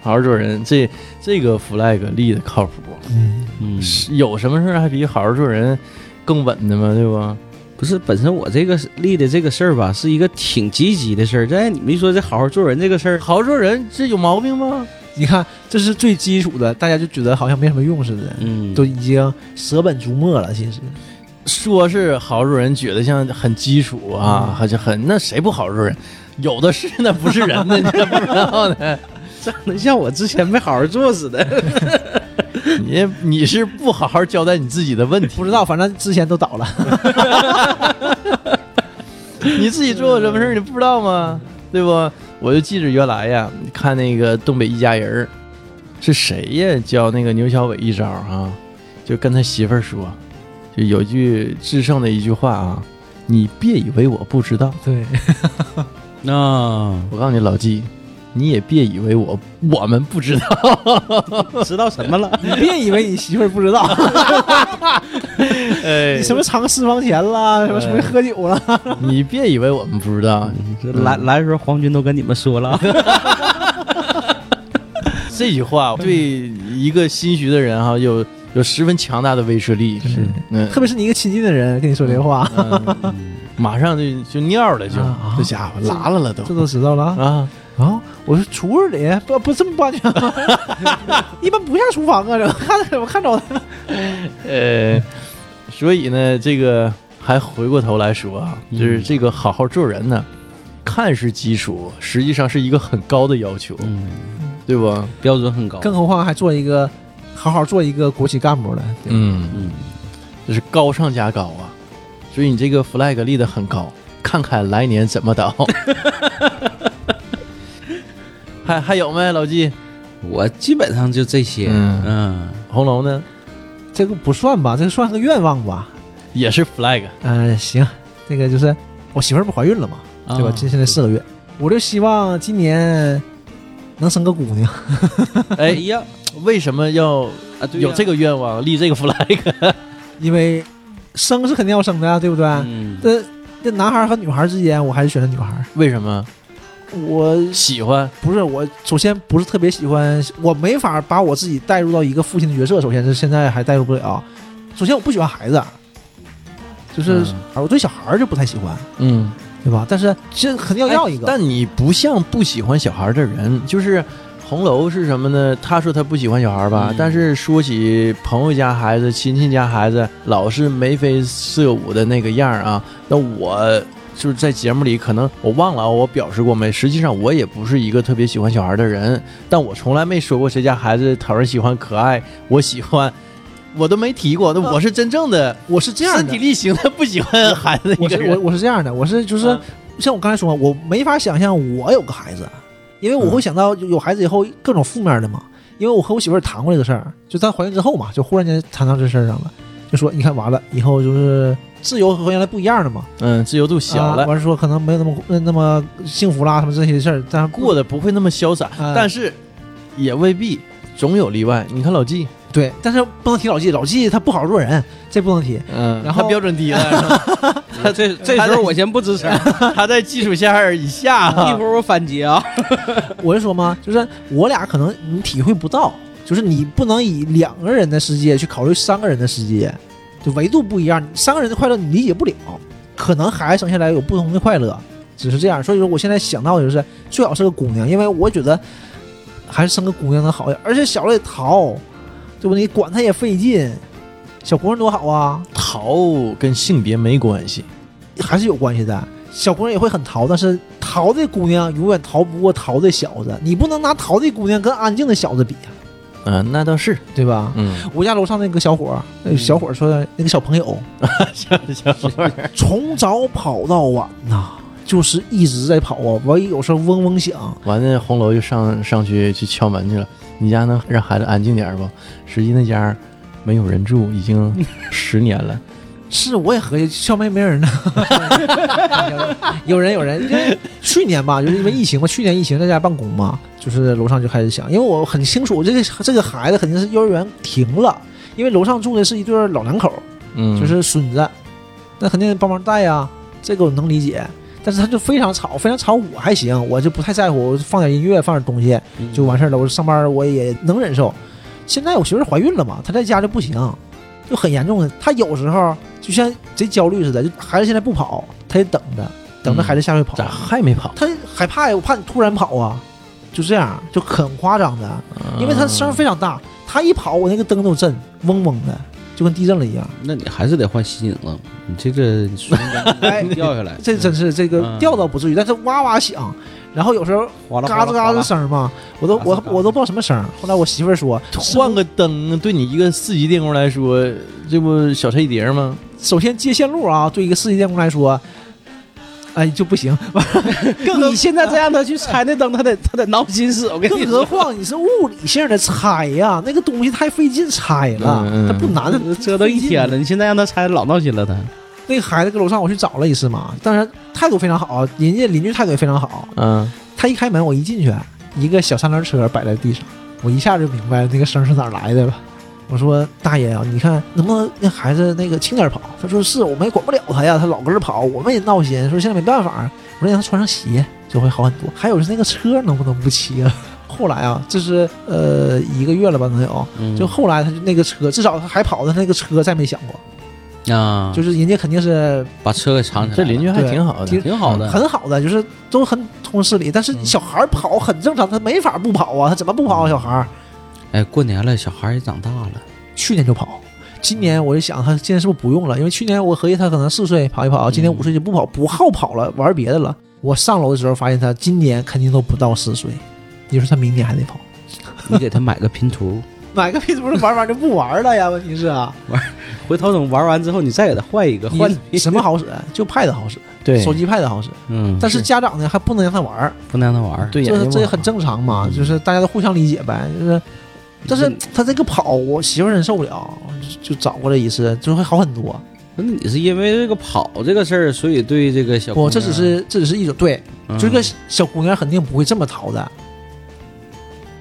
A: 好好做人。这这个 flag 立的靠谱，
B: 嗯，
A: 是有什么事儿还比好好做人更稳的吗？对吧？
B: 不是，本身我这个立的这个事儿吧，是一个挺积极的事儿。但是你们一说这好好做人这个事儿，
A: 好好做人，这有毛病吗？
C: 你看这是最基础的，大家就觉得好像没什么用似的，
B: 嗯，
C: 都已经舍本逐末了，其实
A: 说是好好做人，觉得像很基础啊，好像很那谁不好好做人？有的是那不是人的，你知不知道 呢？
B: 长得像我之前没好好做似 的。
A: 你你是不好好交代你自己的问题，
C: 不知道，反正之前都倒了，
A: 你自己做过什么事儿，你不知道吗？对不？我就记着原来呀，看那个《东北一家人》儿，是谁呀教那个牛小伟一招啊？就跟他媳妇儿说，就有句制胜的一句话啊，你别以为我不知道，
C: 对，
B: 那、啊
A: 我告诉你老纪，你也别以为我我们不知道，
B: 知道什么 了？
C: 你别以为你媳妇儿不知道，
A: 哎
C: 你什么藏私房钱啦，什么什么喝酒了，
A: 你别以为我们不知道，
B: 这来来的时候，皇军都跟你们说了。
A: 这句话对一个心虚的人哈、啊有有十分强大的威慑力。是，嗯，
C: 特别是你一个亲近的人跟你说这话，
A: 嗯马上就就尿了就，
C: 啊
A: 这家伙拉了了都
C: 这都知道了啊。
A: 啊！
C: 啊！我说厨师里不不这么不安全吗， 一般不下厨房啊，这我看我看着的。
A: 呃，所以呢，这个还回过头来说啊，就是这个好好做人呢，看是基础，实际上是一个很高的要求，
B: 嗯，
A: 对吧？
B: 标准很高。
C: 更何况还做一个好好做一个国企干部了，对
A: 嗯，
B: 嗯，
A: 这是高上加高啊！所以你这个 flag 立得很高，看看来年怎么倒。 还还有没老纪？
B: 我基本上就这些。
A: 嗯
B: 嗯
A: 红楼呢？
C: 这个不算吧？这个算个愿望吧？
A: 也是 flag，
C: 嗯、行，这个就是我媳妇儿不怀孕了嘛，对吧？
B: 啊
C: 今现在四个月，我就希望今年能生个姑娘。
A: 哎，
B: 哎 呀
A: 为什么要
B: 啊，对呀
A: 有这个愿望立这个 flag？
C: 因为生是肯定要生的啊呀，对不对？
B: 嗯，
C: 这这男孩儿和女孩儿之间，我还是选择女孩儿。
A: 为什么
C: 我
A: 喜欢？
C: 不是我，首先不是特别喜欢，我没法把我自己带入到一个父亲的角色。首先是现在还带入不了。首先我不喜欢孩子，啊就是、我对小孩儿就不太喜欢，
A: 嗯，
C: 对吧？但是这肯定要要一
A: 哎
C: 个，
A: 但你不像不喜欢小孩的人，就是红楼是什么呢？他说他不喜欢小孩吧，
B: 嗯
A: 但是说起朋友家孩子、亲戚家孩子，老是眉飞色舞的那个样儿啊。那我就是在节目里可能我忘了啊，我表示过没？实际上我也不是一个特别喜欢小孩的人，但我从来没说过谁家孩子讨人喜欢、可爱，我喜欢。我都没提过，那我是真正的
C: 我是这样
A: 身体
C: 的，
A: 力行的不喜欢孩子的一
C: 我
A: 个
C: 是
A: 人
C: 我我是这样的，我是就是、
A: 嗯
C: 像我刚才说，我没法想象我有个孩子，
A: 嗯
C: 因为我会想到有有孩子以后各种负面的嘛。因为我和我媳妇儿谈过这个事儿，就咱怀孕之后嘛，就忽然间谈到这事儿上了，就说你看完了以后就是自由和原来不一样了嘛。
A: 嗯，自由度小
C: 啊
A: 了，
C: 完、说可能没有那么呃那么幸福啦，什么这些事儿，但
A: 过得不会那么潇洒，
C: 嗯
A: 但是也未必，总有例外。你看老纪，
C: 对，但是不能提老纪，老纪他不好好做人，这不能提。
A: 嗯
C: 然
A: 他
C: 后
A: 标准低了，是吧
B: 他这这 时候我先不吱声，
A: 他在基础线儿以下
B: 一会
A: 啊。
B: 儿我反击啊。
C: 我就说嘛，就是我俩可能你体会不到，就是你不能以两个人的世界去考虑三个人的世界，就维度不一样，三个人的快乐你理解不了，可能孩子生下来有不同的快乐，只是这样。所以说我现在想到的就是最好是个姑娘，因为我觉得还是生个姑娘能好一点，而且小了也淘，对吧？你管她也费劲，小姑娘多好啊，
A: 淘跟性别没关系，
C: 还是有关系的。小姑娘也会很淘，但是淘的姑娘永远逃不过淘的小子。你不能拿淘的姑娘跟安静的小子比啊，
A: 嗯，那倒是，
C: 对吧？
A: 嗯，
C: 我家楼上那个小伙儿，那
B: 嗯
C: 个小伙儿说那个小朋友，
A: 小小伙儿，
C: 从早跑到晚呐、就是一直在跑啊，完一有时候嗡嗡响，
A: 完了红楼就上上去去敲门去了。你家能 让孩子安静点儿不？实际那家没有人住，已经十年了。
C: 是，我也合计校妹没人呢，有人有人。因为去年吧，就是因为疫情嘛，去年疫情在家办公嘛，就是楼上就开始响，因为我很清楚，我这个这个孩子肯定是幼儿园停了，因为楼上住的是一对儿老两口，
A: 嗯，
C: 就是孙子，那肯定帮忙带呀，这个我能理解。但是他就非常吵，非常吵，我还行，我就不太在乎，我放点音乐，放点东西就完事儿了。我上班我也能忍受。现在我媳妇儿怀孕了嘛，她在家就不行，就很严重的。她有时候就像贼焦虑似的，就孩子现在不跑，她也等着，等着孩子下回跑。
A: 咋还没跑？
C: 她害怕呀，我怕你突然跑啊，就这样，就很夸张的，
A: 嗯
C: 因为她声儿非常大，她一跑我那个灯都震，嗡嗡的，就跟地震了一样。
B: 那你还是得换吸引了，你这个 瞬
C: 哎
B: 间掉下来，
C: 这真是这个
B: 嗯
C: 调倒不至于，但是哇哇响，然后有时候
B: 哗啦哗
C: 嘎
B: 啦
C: 吱嘎
B: 哗
C: 吱
B: 啦
C: 声儿嘛，我都
B: 嘎吱
C: 我
B: 嘎吱
C: 我都不知道什么声儿。后来我媳妇儿说，
A: 换个灯，对你一个四级电工来说，这不小菜一碟吗？
C: 首先接线路啊，对一个四 S 电工来说，哎就不行。
B: 你现在再让他去拆那灯，他得他得挠心思。我跟
C: 更何况你是物理性的拆呀、那个东西太费劲拆了，
A: 嗯嗯
C: 它不难。
B: 折腾一天了，你现在让他拆，老闹心了他。
C: 那个孩子搁楼上我去找了一次嘛，当然态度非常好，人家邻居态度也非常好。
A: 嗯，
C: 他一开门，我一进去，一个小三轮车摆在地上，我一下就明白那个声儿是哪儿来的了。我说大爷啊，你看能不能让孩子那个轻点儿跑？他说是我们也管不了他呀，他老跟着跑，我们也闹心。说现在没办法，我说让他穿上鞋就会好很多。还有是那个车能不能不骑 啊？后来啊，这是呃一个月了吧，能有。
B: 嗯
C: 就后来他就那个车，至少他还跑，他那个车再没响过，
B: 啊，
C: 就是人家肯定是
B: 把车给藏起来。
A: 这邻居还
C: 对
A: 挺好的
C: 挺，
B: 挺好的，
C: 很好的，就是都很通事理。但是
A: 嗯
C: 小孩儿跑很正常，他没法不跑啊，他怎么不跑啊？小孩儿
B: 哎，过年了，小孩也长大了，
C: 去年就跑，今年我就想他今年是不是不用了？因为去年我合计他可能四岁跑一跑，今年
B: 嗯
C: 五岁就不跑，不好跑了，玩别的了。我上楼的时候发现他今年肯定都不到四岁，你说他明年还得跑？
B: 你给他买个拼图，
C: 买个 P 图玩玩就不玩了呀？问题是啊，
B: 回头等玩完之后，你再给他换一个，换
C: 你什么？好使？啊就 Pad 好使，
A: 对
C: 手机 Pad 好使。
B: 嗯，
C: 但是家长呢还不能让他玩儿，
B: 不能让他玩儿。
A: 对眼
C: 这
A: 睛
C: 这也
A: 不好
C: 很正常
A: 嗯
C: 嘛，就是大家都互相理解呗，就是。但是他这个跑，我媳妇儿忍受不了，就就找过来一次，就会好很多。
B: 那你是因为这个跑这个事儿，所以对这个小姑
C: 我
B: 娘
C: 这只
A: 啊
C: 是这只是一种对，
B: 嗯
C: 这个小姑娘肯定不会这么淘的，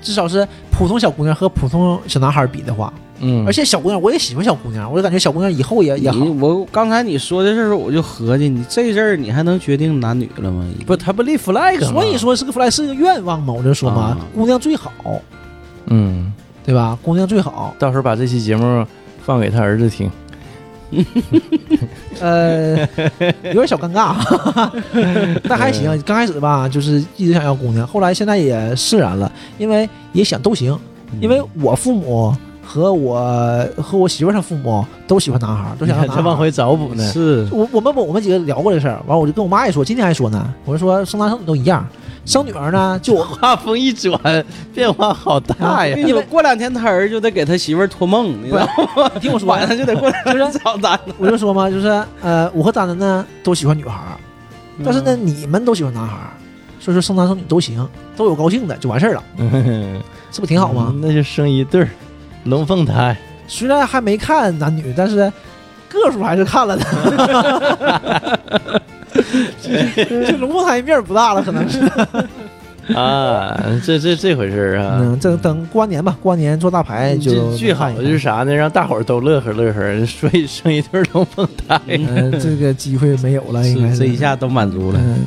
C: 至少是普通小姑娘和普通小男孩比的话。
A: 嗯，
C: 而且小姑娘，我也喜欢小姑娘，我就感觉小姑娘以后也也好
B: 你。我刚才你说的事儿，我就合计你这事儿，你还能决定男女了吗？
A: 不，他不立 flag 吗
C: 所以，说是个 flag 是个愿望嘛，我就说嘛
B: 啊，
C: 姑娘最好，
A: 嗯，
C: 对吧？姑娘最好。
A: 到时候把这期节目放给他儿子听，
C: 呃，有点小尴尬，啊但还
A: 嗯
C: 行。刚开始吧，就是一直想要姑娘，后来现在也释然了，因为也想都行。
A: 嗯
C: 因为我父母和我和我媳妇儿她父母都喜欢男孩儿，都
A: 你
C: 想
A: 看
C: 要男
A: 他
C: 孩
A: 往
C: 儿。
A: 回找补呢。
B: 是
C: 我我们我们几个聊过这事儿，完我就跟我妈也说，今天还说呢，我就说生男生女都一样，生女儿呢 就我
A: 画风一转，变化好大呀！
B: 因为过两天他儿就得给他媳妇儿托梦，你知道吗？啊
C: 你听我说
B: 晚上就得过来
C: 就是
B: 找咱。
C: 我就说嘛，就是呃，我和丹丹呢都喜欢女孩儿，
A: 嗯
C: 但是呢，你们都喜欢男孩儿，所以说生男生女都行，都有高兴的就完事儿了，这不挺好吗？
A: 嗯那就生一对儿，龙凤胎。
C: 虽然还没看男女，但是个数还是 看了的。这龙凤胎面儿不大了，可能是。
A: 啊，这这这回事儿啊。
C: 嗯，这等过完年吧，过完年做大牌哎就
A: 嗯这最好的就是啥呢？让大伙儿都乐呵乐呵，所以生一 对儿龙凤胎。
C: 嗯、这个机会没有了，应该
B: 是
C: 是
B: 这嗯一下都满足了。
C: 嗯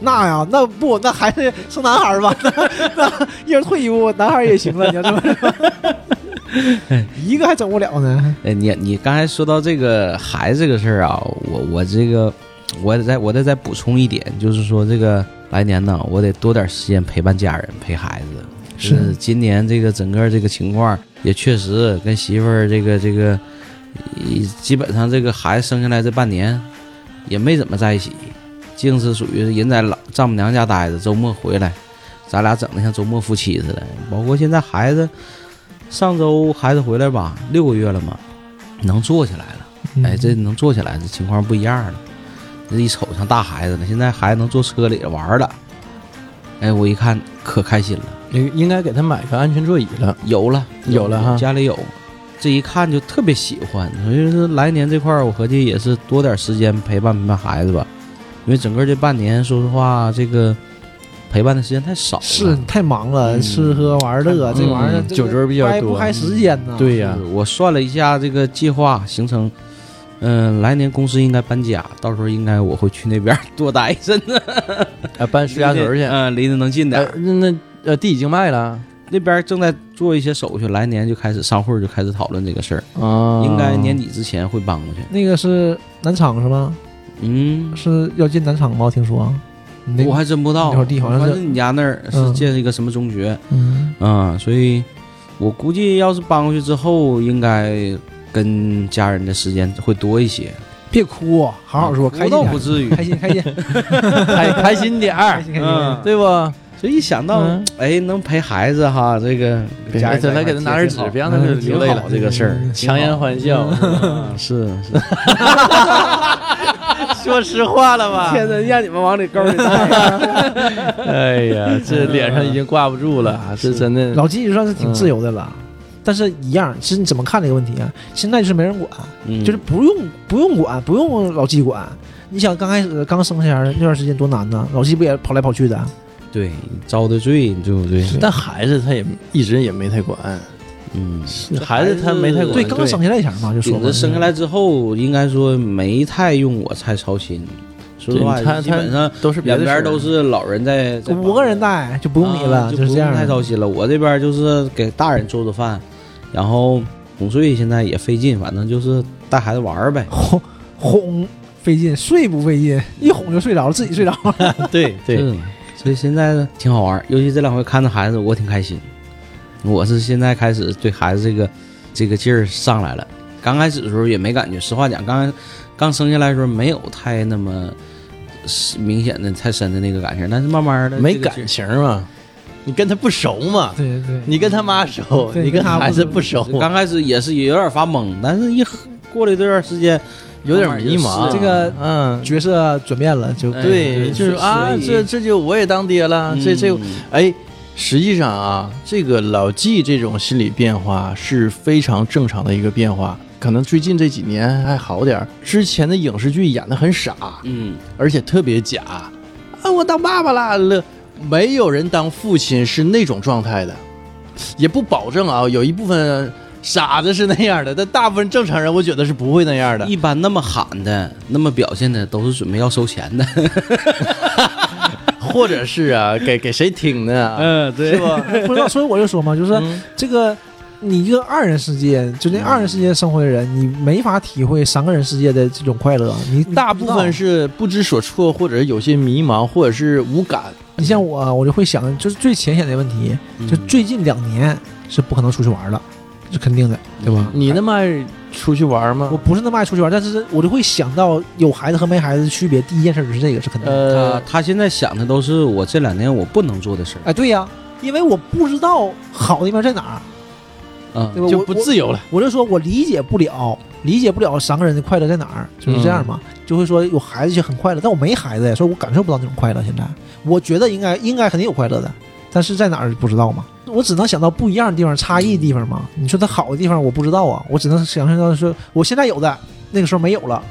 C: 那呀，那不，那还是生男孩儿吧。那那一人退一步，男孩儿也行了。你要这么 说，一个还整不了呢。
B: 哎，你你刚才说到这个孩子这个事儿啊，我我这个我得再我得再补充一点，就是说这个来年呢，我得多点时间陪伴家人，陪孩子。
C: 是
B: 就今年这个整个这个情况也确实跟媳妇儿这个这个，一基本上这个孩子生下来这半年也没怎么在一起，净是属于是人在老丈母娘家待着，周末回来，咱俩整的像周末夫妻似的。包括现在孩子，上周孩子回来吧，六个月了嘛，能坐起来了。哎，这能坐起来，这情况不一样了。这一瞅像大孩子了，现在孩子能坐车里玩了。哎，我一看可开心了，
A: 应应该给他买个安全座椅了。
B: 有了，
A: 有了哈
B: 家里有。这一看就特别喜欢，所以说来年这块儿我合计也是多点时间陪伴陪伴孩子吧，因为整个这半年说实话，这个陪伴的时间太少了。
C: 是太忙了，
B: 嗯
C: 吃喝玩乐
B: 嗯
C: 这玩意儿
A: 嗯
C: 这个
A: 酒桌比较
C: 掰
A: 多嗯
C: 不开时间呐。
A: 对呀
B: 是我算了一下这个计划行程，嗯、来年公司应该搬家，到时候应该我会去那边儿多待一阵子，
A: 哎，搬石家屯去。
B: 嗯、离得能近点儿。
A: 呃那那呃，地已经卖了
B: 那边正在做一些手续，来年就开始商会就开始讨论这个事儿，
A: 啊，
B: 应该年底之前会搬过去。
C: 那个是南昌是吗？
B: 嗯，
C: 是要进南昌吗？我听说，那
B: 我还真不知
C: 那
B: 道
C: 会儿，地好像是
B: 反正你家那儿是
C: 嗯
B: 建一个什么中学
C: 嗯，
B: 啊、所以我估计要是搬过去之后，应该跟家人的时间会多一些。
C: 别哭，啊好好说，
B: 哭
C: 开心
B: 倒
C: 点
B: 不至于，
C: 开心 开心开心
A: 开开心点
C: 开
A: 儿，
C: 心开
B: 嗯
C: 心，
A: 对不？
B: 所以一想到、
A: 嗯
B: 哎能陪孩子哈，这个
A: 别
B: 家人
A: 再
B: 在
A: 来
B: 一块儿
A: 给他拿点纸
B: 挺好
A: 别让他
B: 嗯
A: 流泪了嗯
B: 挺好这个事儿，
A: 强颜欢笑，
B: 啊，是是，
A: 说实话了吧？
B: 真让你们往里沟里带。
A: 哎呀，这脸上已经挂不住了啊，这真的。
C: 老纪就算是挺自由的了。但是，一样，其实你怎么看这个问题啊？现在就是没人管，
B: 嗯
C: 就是不用不用管，不用老纪管。你想，刚开始刚生下来那段时间多难呐，老纪不也跑来跑去的？
B: 对遭的罪，对不对？
A: 但孩子他也一直也没太管，
B: 嗯，
A: 孩子他没太管。
C: 对，刚生下来前嘛，就说
B: 顶
C: 嘛
B: 着生下
A: 嗯
B: 来之后，应该说没太用我太操心。说实话
A: 对，他
B: 基本上
A: 都是别
B: 两
A: 的事
B: 边
A: 儿
B: 都是老人在，在
C: 五个人带就不
B: 帮
C: 用你了，
B: 啊就
C: 就是
B: 不
C: 这
B: 用
C: 样。
B: 太操心了。我这边就是给大人做做饭，然后哄睡，现在也费劲，反正就是带孩子玩儿呗。
C: 哄哄费劲，睡不费劲，一哄就睡着了，自己睡着了。
A: 对 对，
B: 是，所以现在挺好玩儿，尤其这两回看着孩子，我挺开心。我是现在开始对孩子这个这个劲儿上来了。刚开始的时候也没感觉，实话讲，刚刚生下来的时候没有太那么明显的、太深的那个感情，但是慢慢的
A: 没感情嘛，你跟他不熟嘛，
C: 对对
A: 你跟他妈熟，
C: 对
A: 你跟
C: 跟他
A: 孩子不
C: 不
A: 熟，
B: 刚开始也是有点发懵，但是一过了这段时间，
A: 有点迷茫。
B: 是
C: 这个
A: 嗯，
C: 角色转变了，就
B: 哎
A: 对，
B: 对
A: 就是
B: 所
A: 啊，
B: 以
A: 这这就我也当爹了，这这
B: 嗯
A: 哎，实际上啊，这个老纪这种心理变化是非常正常的一个变化。可能最近这几年还好点儿，之前的影视剧演的很傻，
B: 嗯，
A: 而且特别假。啊，我当爸爸啦了，没有人当父亲是那种状态的，也不保证啊。有一部分傻子是那样的，但大部分正常人我觉得是不会那样 的。
B: 一般那么喊的、那么表现的，都是准备要收钱的。
A: 或者是啊，给给谁听呢？啊
B: 嗯，
A: 是 吧？
C: 不知道，所以我就说嘛，
A: 嗯
C: 就是这个。你一个二人世界，就那二人世界生活的人，你没法体会三个人世界的这种快乐。你
A: 大部分，是不知所措，或者是有些迷茫，或者是无感。
C: 你像我，我就会想，就是最浅显的问题，
B: 嗯
C: 就最近两年是不可能出去玩了，是肯定的，嗯对吧？
A: 你那么爱出去玩吗
C: 我？不是那么爱出去玩，但是我就会想到有孩子和没孩子的区别。第一件事就是这个，是肯定的。
B: 他
A: 呃，
B: 他现在想的都是我这两年我不能做的事儿，
C: 哎，对呀、因为我不知道好的地方在哪儿，对
B: 嗯，
C: 吧？
A: 就
C: 我
A: 不自由了。
C: 我，我就说我理解不了，理解不了三个人的快乐在哪儿，就是这样嘛。就会说有孩子就很快乐，但我没孩子呀，所以我感受不到那种快乐。现在我觉得应该应该肯定有快乐的，但是在哪儿不知道嘛。我只能想到不一样的地方，差异的地方嘛。你说它好的地方我不知道啊，我只能想象到说我现在有的，那个时候没有了，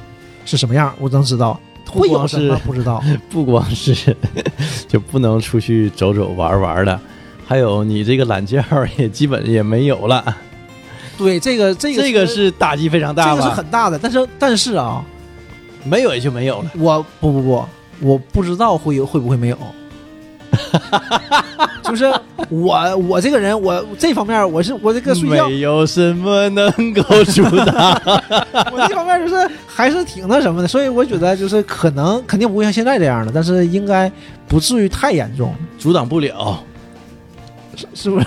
C: 是什么样，我能知道。
A: 不
C: 会有
A: 光
C: 什么
A: 是
C: 不知道？
A: 不光是 就不能出去走走玩玩了，还有你这个懒觉儿也基本也没有了。
C: 对，这个这个
A: 这个是打击非常大
C: 这个是
A: 吧？
C: 很大的，但是但是啊，
A: 没有也就没有了。
C: 我不不不，我不知道会有会不会 没有。就是我我这个人，我这方面我是我这个睡觉，
A: 没有什么能够阻 挡。
C: 我这方面就是还是挺那什么的，所以我觉得就是可能肯定不会像现在这样的，但是应该不至于太严重，
A: 阻挡不了，
C: 是是不是？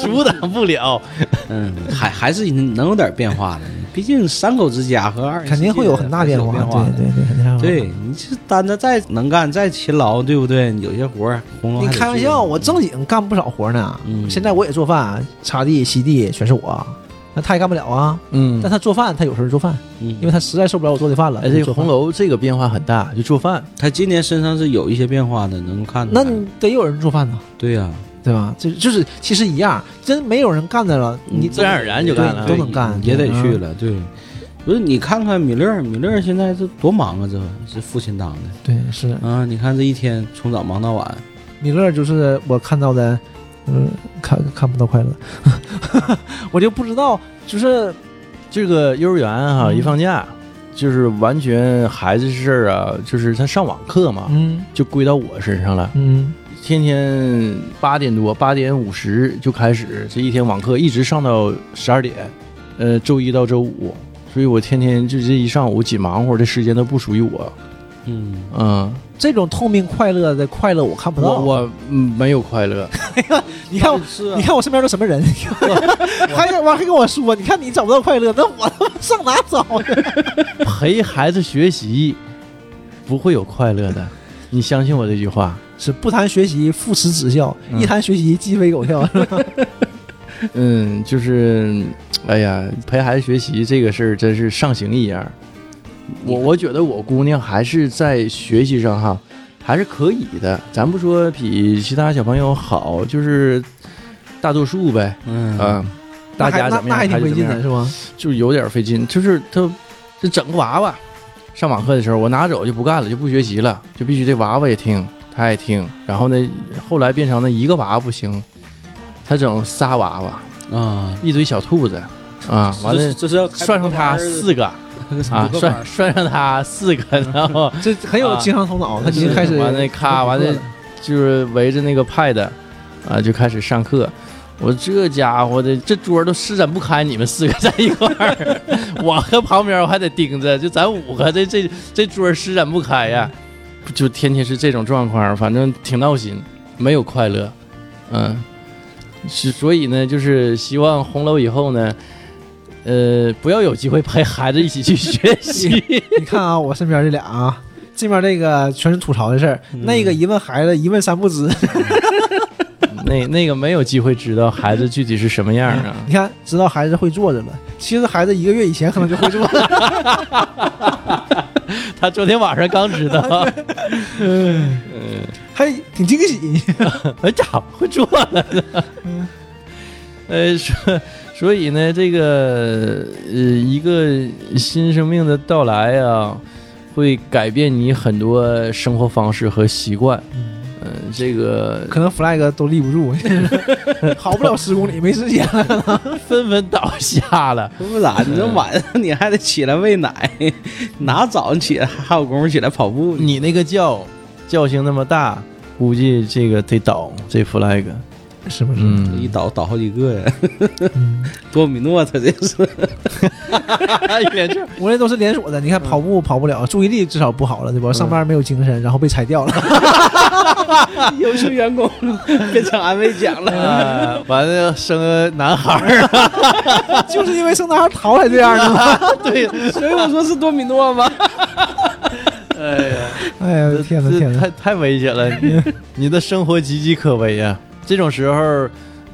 A: 阻挡不了。
B: 嗯，还 还是能有点变化的，毕竟三口之家和二人世界
C: 肯定会有很大
B: 还是有
C: 化，
B: 变化的。
C: 对对对，肯定会有
B: 对你这单子再能干再勤劳，对不对？有些活儿红龙
C: 你
B: 还得
C: 开玩
B: 做
C: 笑，我正经干不少活呢。
B: 嗯
C: 现在我也做饭，擦地、吸地全是我，那他也干不了啊。
A: 嗯
C: 但，他做饭，他有时候做饭，
B: 嗯
C: 因为他实在受不了我做的饭了。
A: 哎，
C: 他
A: 这
C: 就
A: 个
C: 做
A: 红
C: 饭，
A: 楼这个变化很大，就做饭。
B: 他今年身上是有一些变化的，能看出
C: 那
B: 来。
C: 你得有人做饭呢。
B: 对呀、
C: 对吧？这就是其实一样，真没有人干的了，你
A: 自然而然就
C: 对
A: 干了
C: 都能干，
B: 也得去
C: 嗯。
B: 了。对，不是你看看米勒儿，米勒儿现在这多忙啊，这是父亲当的
C: 对，是
B: 啊！你看这一天从早忙到晚，
C: 米勒，就是我看到的，嗯，看看不到快乐， 我就不知道，就是
A: 这个幼儿园哈、
C: 嗯
A: 一放假，就是完全孩子事儿啊，就是他上网课嘛，
C: 嗯
A: 就归到我身上了。
C: 嗯
A: 天天八点多，八点五十就开始，这一天网课一直上到十二点，呃，周一到周五，所以我天天就这一上午紧忙活，这时间都不属于我，
B: 嗯，
A: 嗯，
C: 这种透明快乐的快乐我看不到。
A: 我我嗯没有快乐，
C: 你看我，
B: 是啊
C: 你，看我身边都什么人？ 还有完还跟我说，你看你找不到快乐，那我 他妈上哪找去？
A: 陪孩子学习不会有快乐的，你相信我这句话，
C: 是不谈学习，父慈子孝；
A: 嗯
C: 一谈学习，鸡飞 狗跳。
A: 嗯，就是，哎呀，陪孩子学习这个事儿真是上刑一样。我我觉得我姑娘还是在学习上哈，还是可以的。咱不说比其他小朋友好，就是大多数呗，
B: 嗯
A: 啊，大家
C: 那还
A: 怎么样
C: 那那还挺
A: 还是
C: 费
A: 怎么
C: 劲的
A: 样，
C: 是吗？
A: 就有点费劲。就是她，这整个娃娃，上网课的时候我拿走就不干了，就不学习了，就必须这娃娃也听，她也听。然后呢，后来变成了一个娃娃不行，她整仨娃娃。
B: 啊，
A: 一堆小兔子啊，完了
B: 这这是要开
A: 算上他
B: 五
A: 四个
B: 个班
A: 啊
B: 儿，五个班
A: 算
B: 儿
A: 算上他四个，然后
C: 这很有经商头脑，他已经开始
A: 啊完了咔完了就是围着那个 pad 啊就开始上课。我这家伙的这桌都施展不开，你们四个在一块儿， 我和旁边我还得盯着，就咱五个这这这桌施展不开呀，就天天是这种状况，反正挺闹心，没有快乐，嗯，是所以呢，就是希望红楼以后呢，呃，不要有机会陪孩子一起去学习，
C: 你看啊，我身边这俩啊，这边那个全是吐槽的事儿，
B: 嗯
C: 那个一问孩子一问三不知。
A: 那那个没有机会知道孩子具体是什么样啊。
C: 你看，知道孩子会坐着了，其实孩子一个月以前可能就会坐了。
A: 他昨天晚上刚知 道，
C: 还挺惊喜。
A: 哎家伙会做了呢。 呃，所所以呢，这个呃，一个新生命的到来啊，会改变你很多生活方式和习惯。嗯、这个
C: 可能 flag 都立不住， 跑不了十公里，没时间了。
A: 纷纷倒下了。
B: 不咋，你这晚上你还得起来喂奶，哪早上起来还有功夫起来跑步呢？
A: 你那个叫叫声那么大，估计这个得倒这 flag。
C: 是不是？
B: 一
A: 嗯，
B: 倒倒好几个呀，
C: 嗯
B: 多米诺他这是，
A: 远处
C: 我这都是连锁的。你
A: 嗯
C: 看跑步跑不了，注意力至少不好了，对吧？上班没有精神，然后被裁掉了。
B: 优秀员 工变成安慰奖了。
A: 啊，完了生个男孩 儿，
C: 就是因为生男孩淘才这 样的嘛。
A: 对，
B: 所以我说是多米诺吗？
A: 哎呀。
C: 哎呀，我的天哪，
A: 这
C: 天哪！
A: 太太危险了，你你的生活岌岌可危呀、这种时候，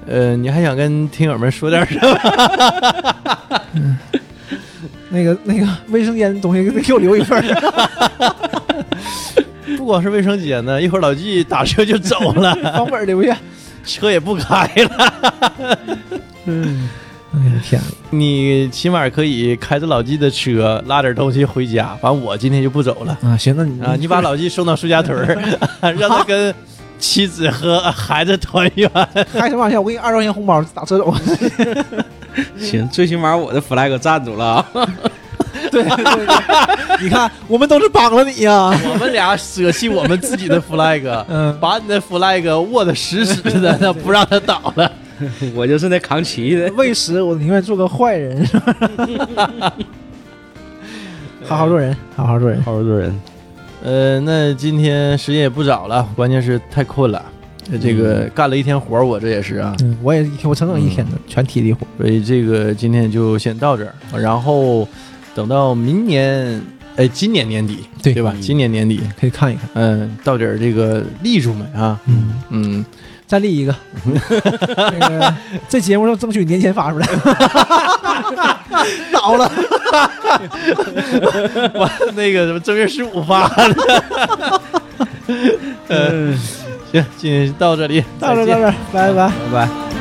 A: 呃，你还想跟听友们说点什么？
C: 那个那个卫生间的东西给我留一份儿。
A: 不光是卫生间呢，一会儿老纪打车就走 了，
C: 房本留下。
A: 车也不开了。
C: 嗯，哎呀天哪！
A: 你起码可以开着老纪的车拉点东西回家。完，我今天就不走了
C: 啊，行，那 你
A: 啊！你把老纪送到苏家屯儿， 让他跟妻子和孩子团 圆。
C: 开什么玩笑？我给你二十块钱红包，打车走。
B: 行，最起码我的 flag 站住了啊！
C: 对对对，你看，我们都是帮了你啊呀。
A: 我们俩舍弃我们自己的 flag，
C: 嗯
A: 把你的 flag 握得实实的， 那不让它倒了。
B: 我就是那扛旗的。
C: 嗯为食，我宁愿做个坏 人，好好做人，好好做人。
B: 好多人，
A: 呃，那今天时间也不早了，关键是太困了，这个干了一天活儿，我这也是啊，
C: 嗯，我也一天，我整整一天的、全体力活。
A: 所以这个今天就先到这儿，然后等到明年，哎，今年年底，
C: 对
A: 吧？
B: 嗯
A: 今年年底，
C: 可以看一看。
A: 嗯，到底儿这个力度没啊？
C: 嗯，
A: 嗯，
C: 再立一 个，那个这节目要争取年前发出来，倒了。
A: 完那个什么正月十五发的，呃，
D: 行，今天到这里，
A: 到这儿
D: 再见
A: 到这儿，拜拜。
C: 拜拜。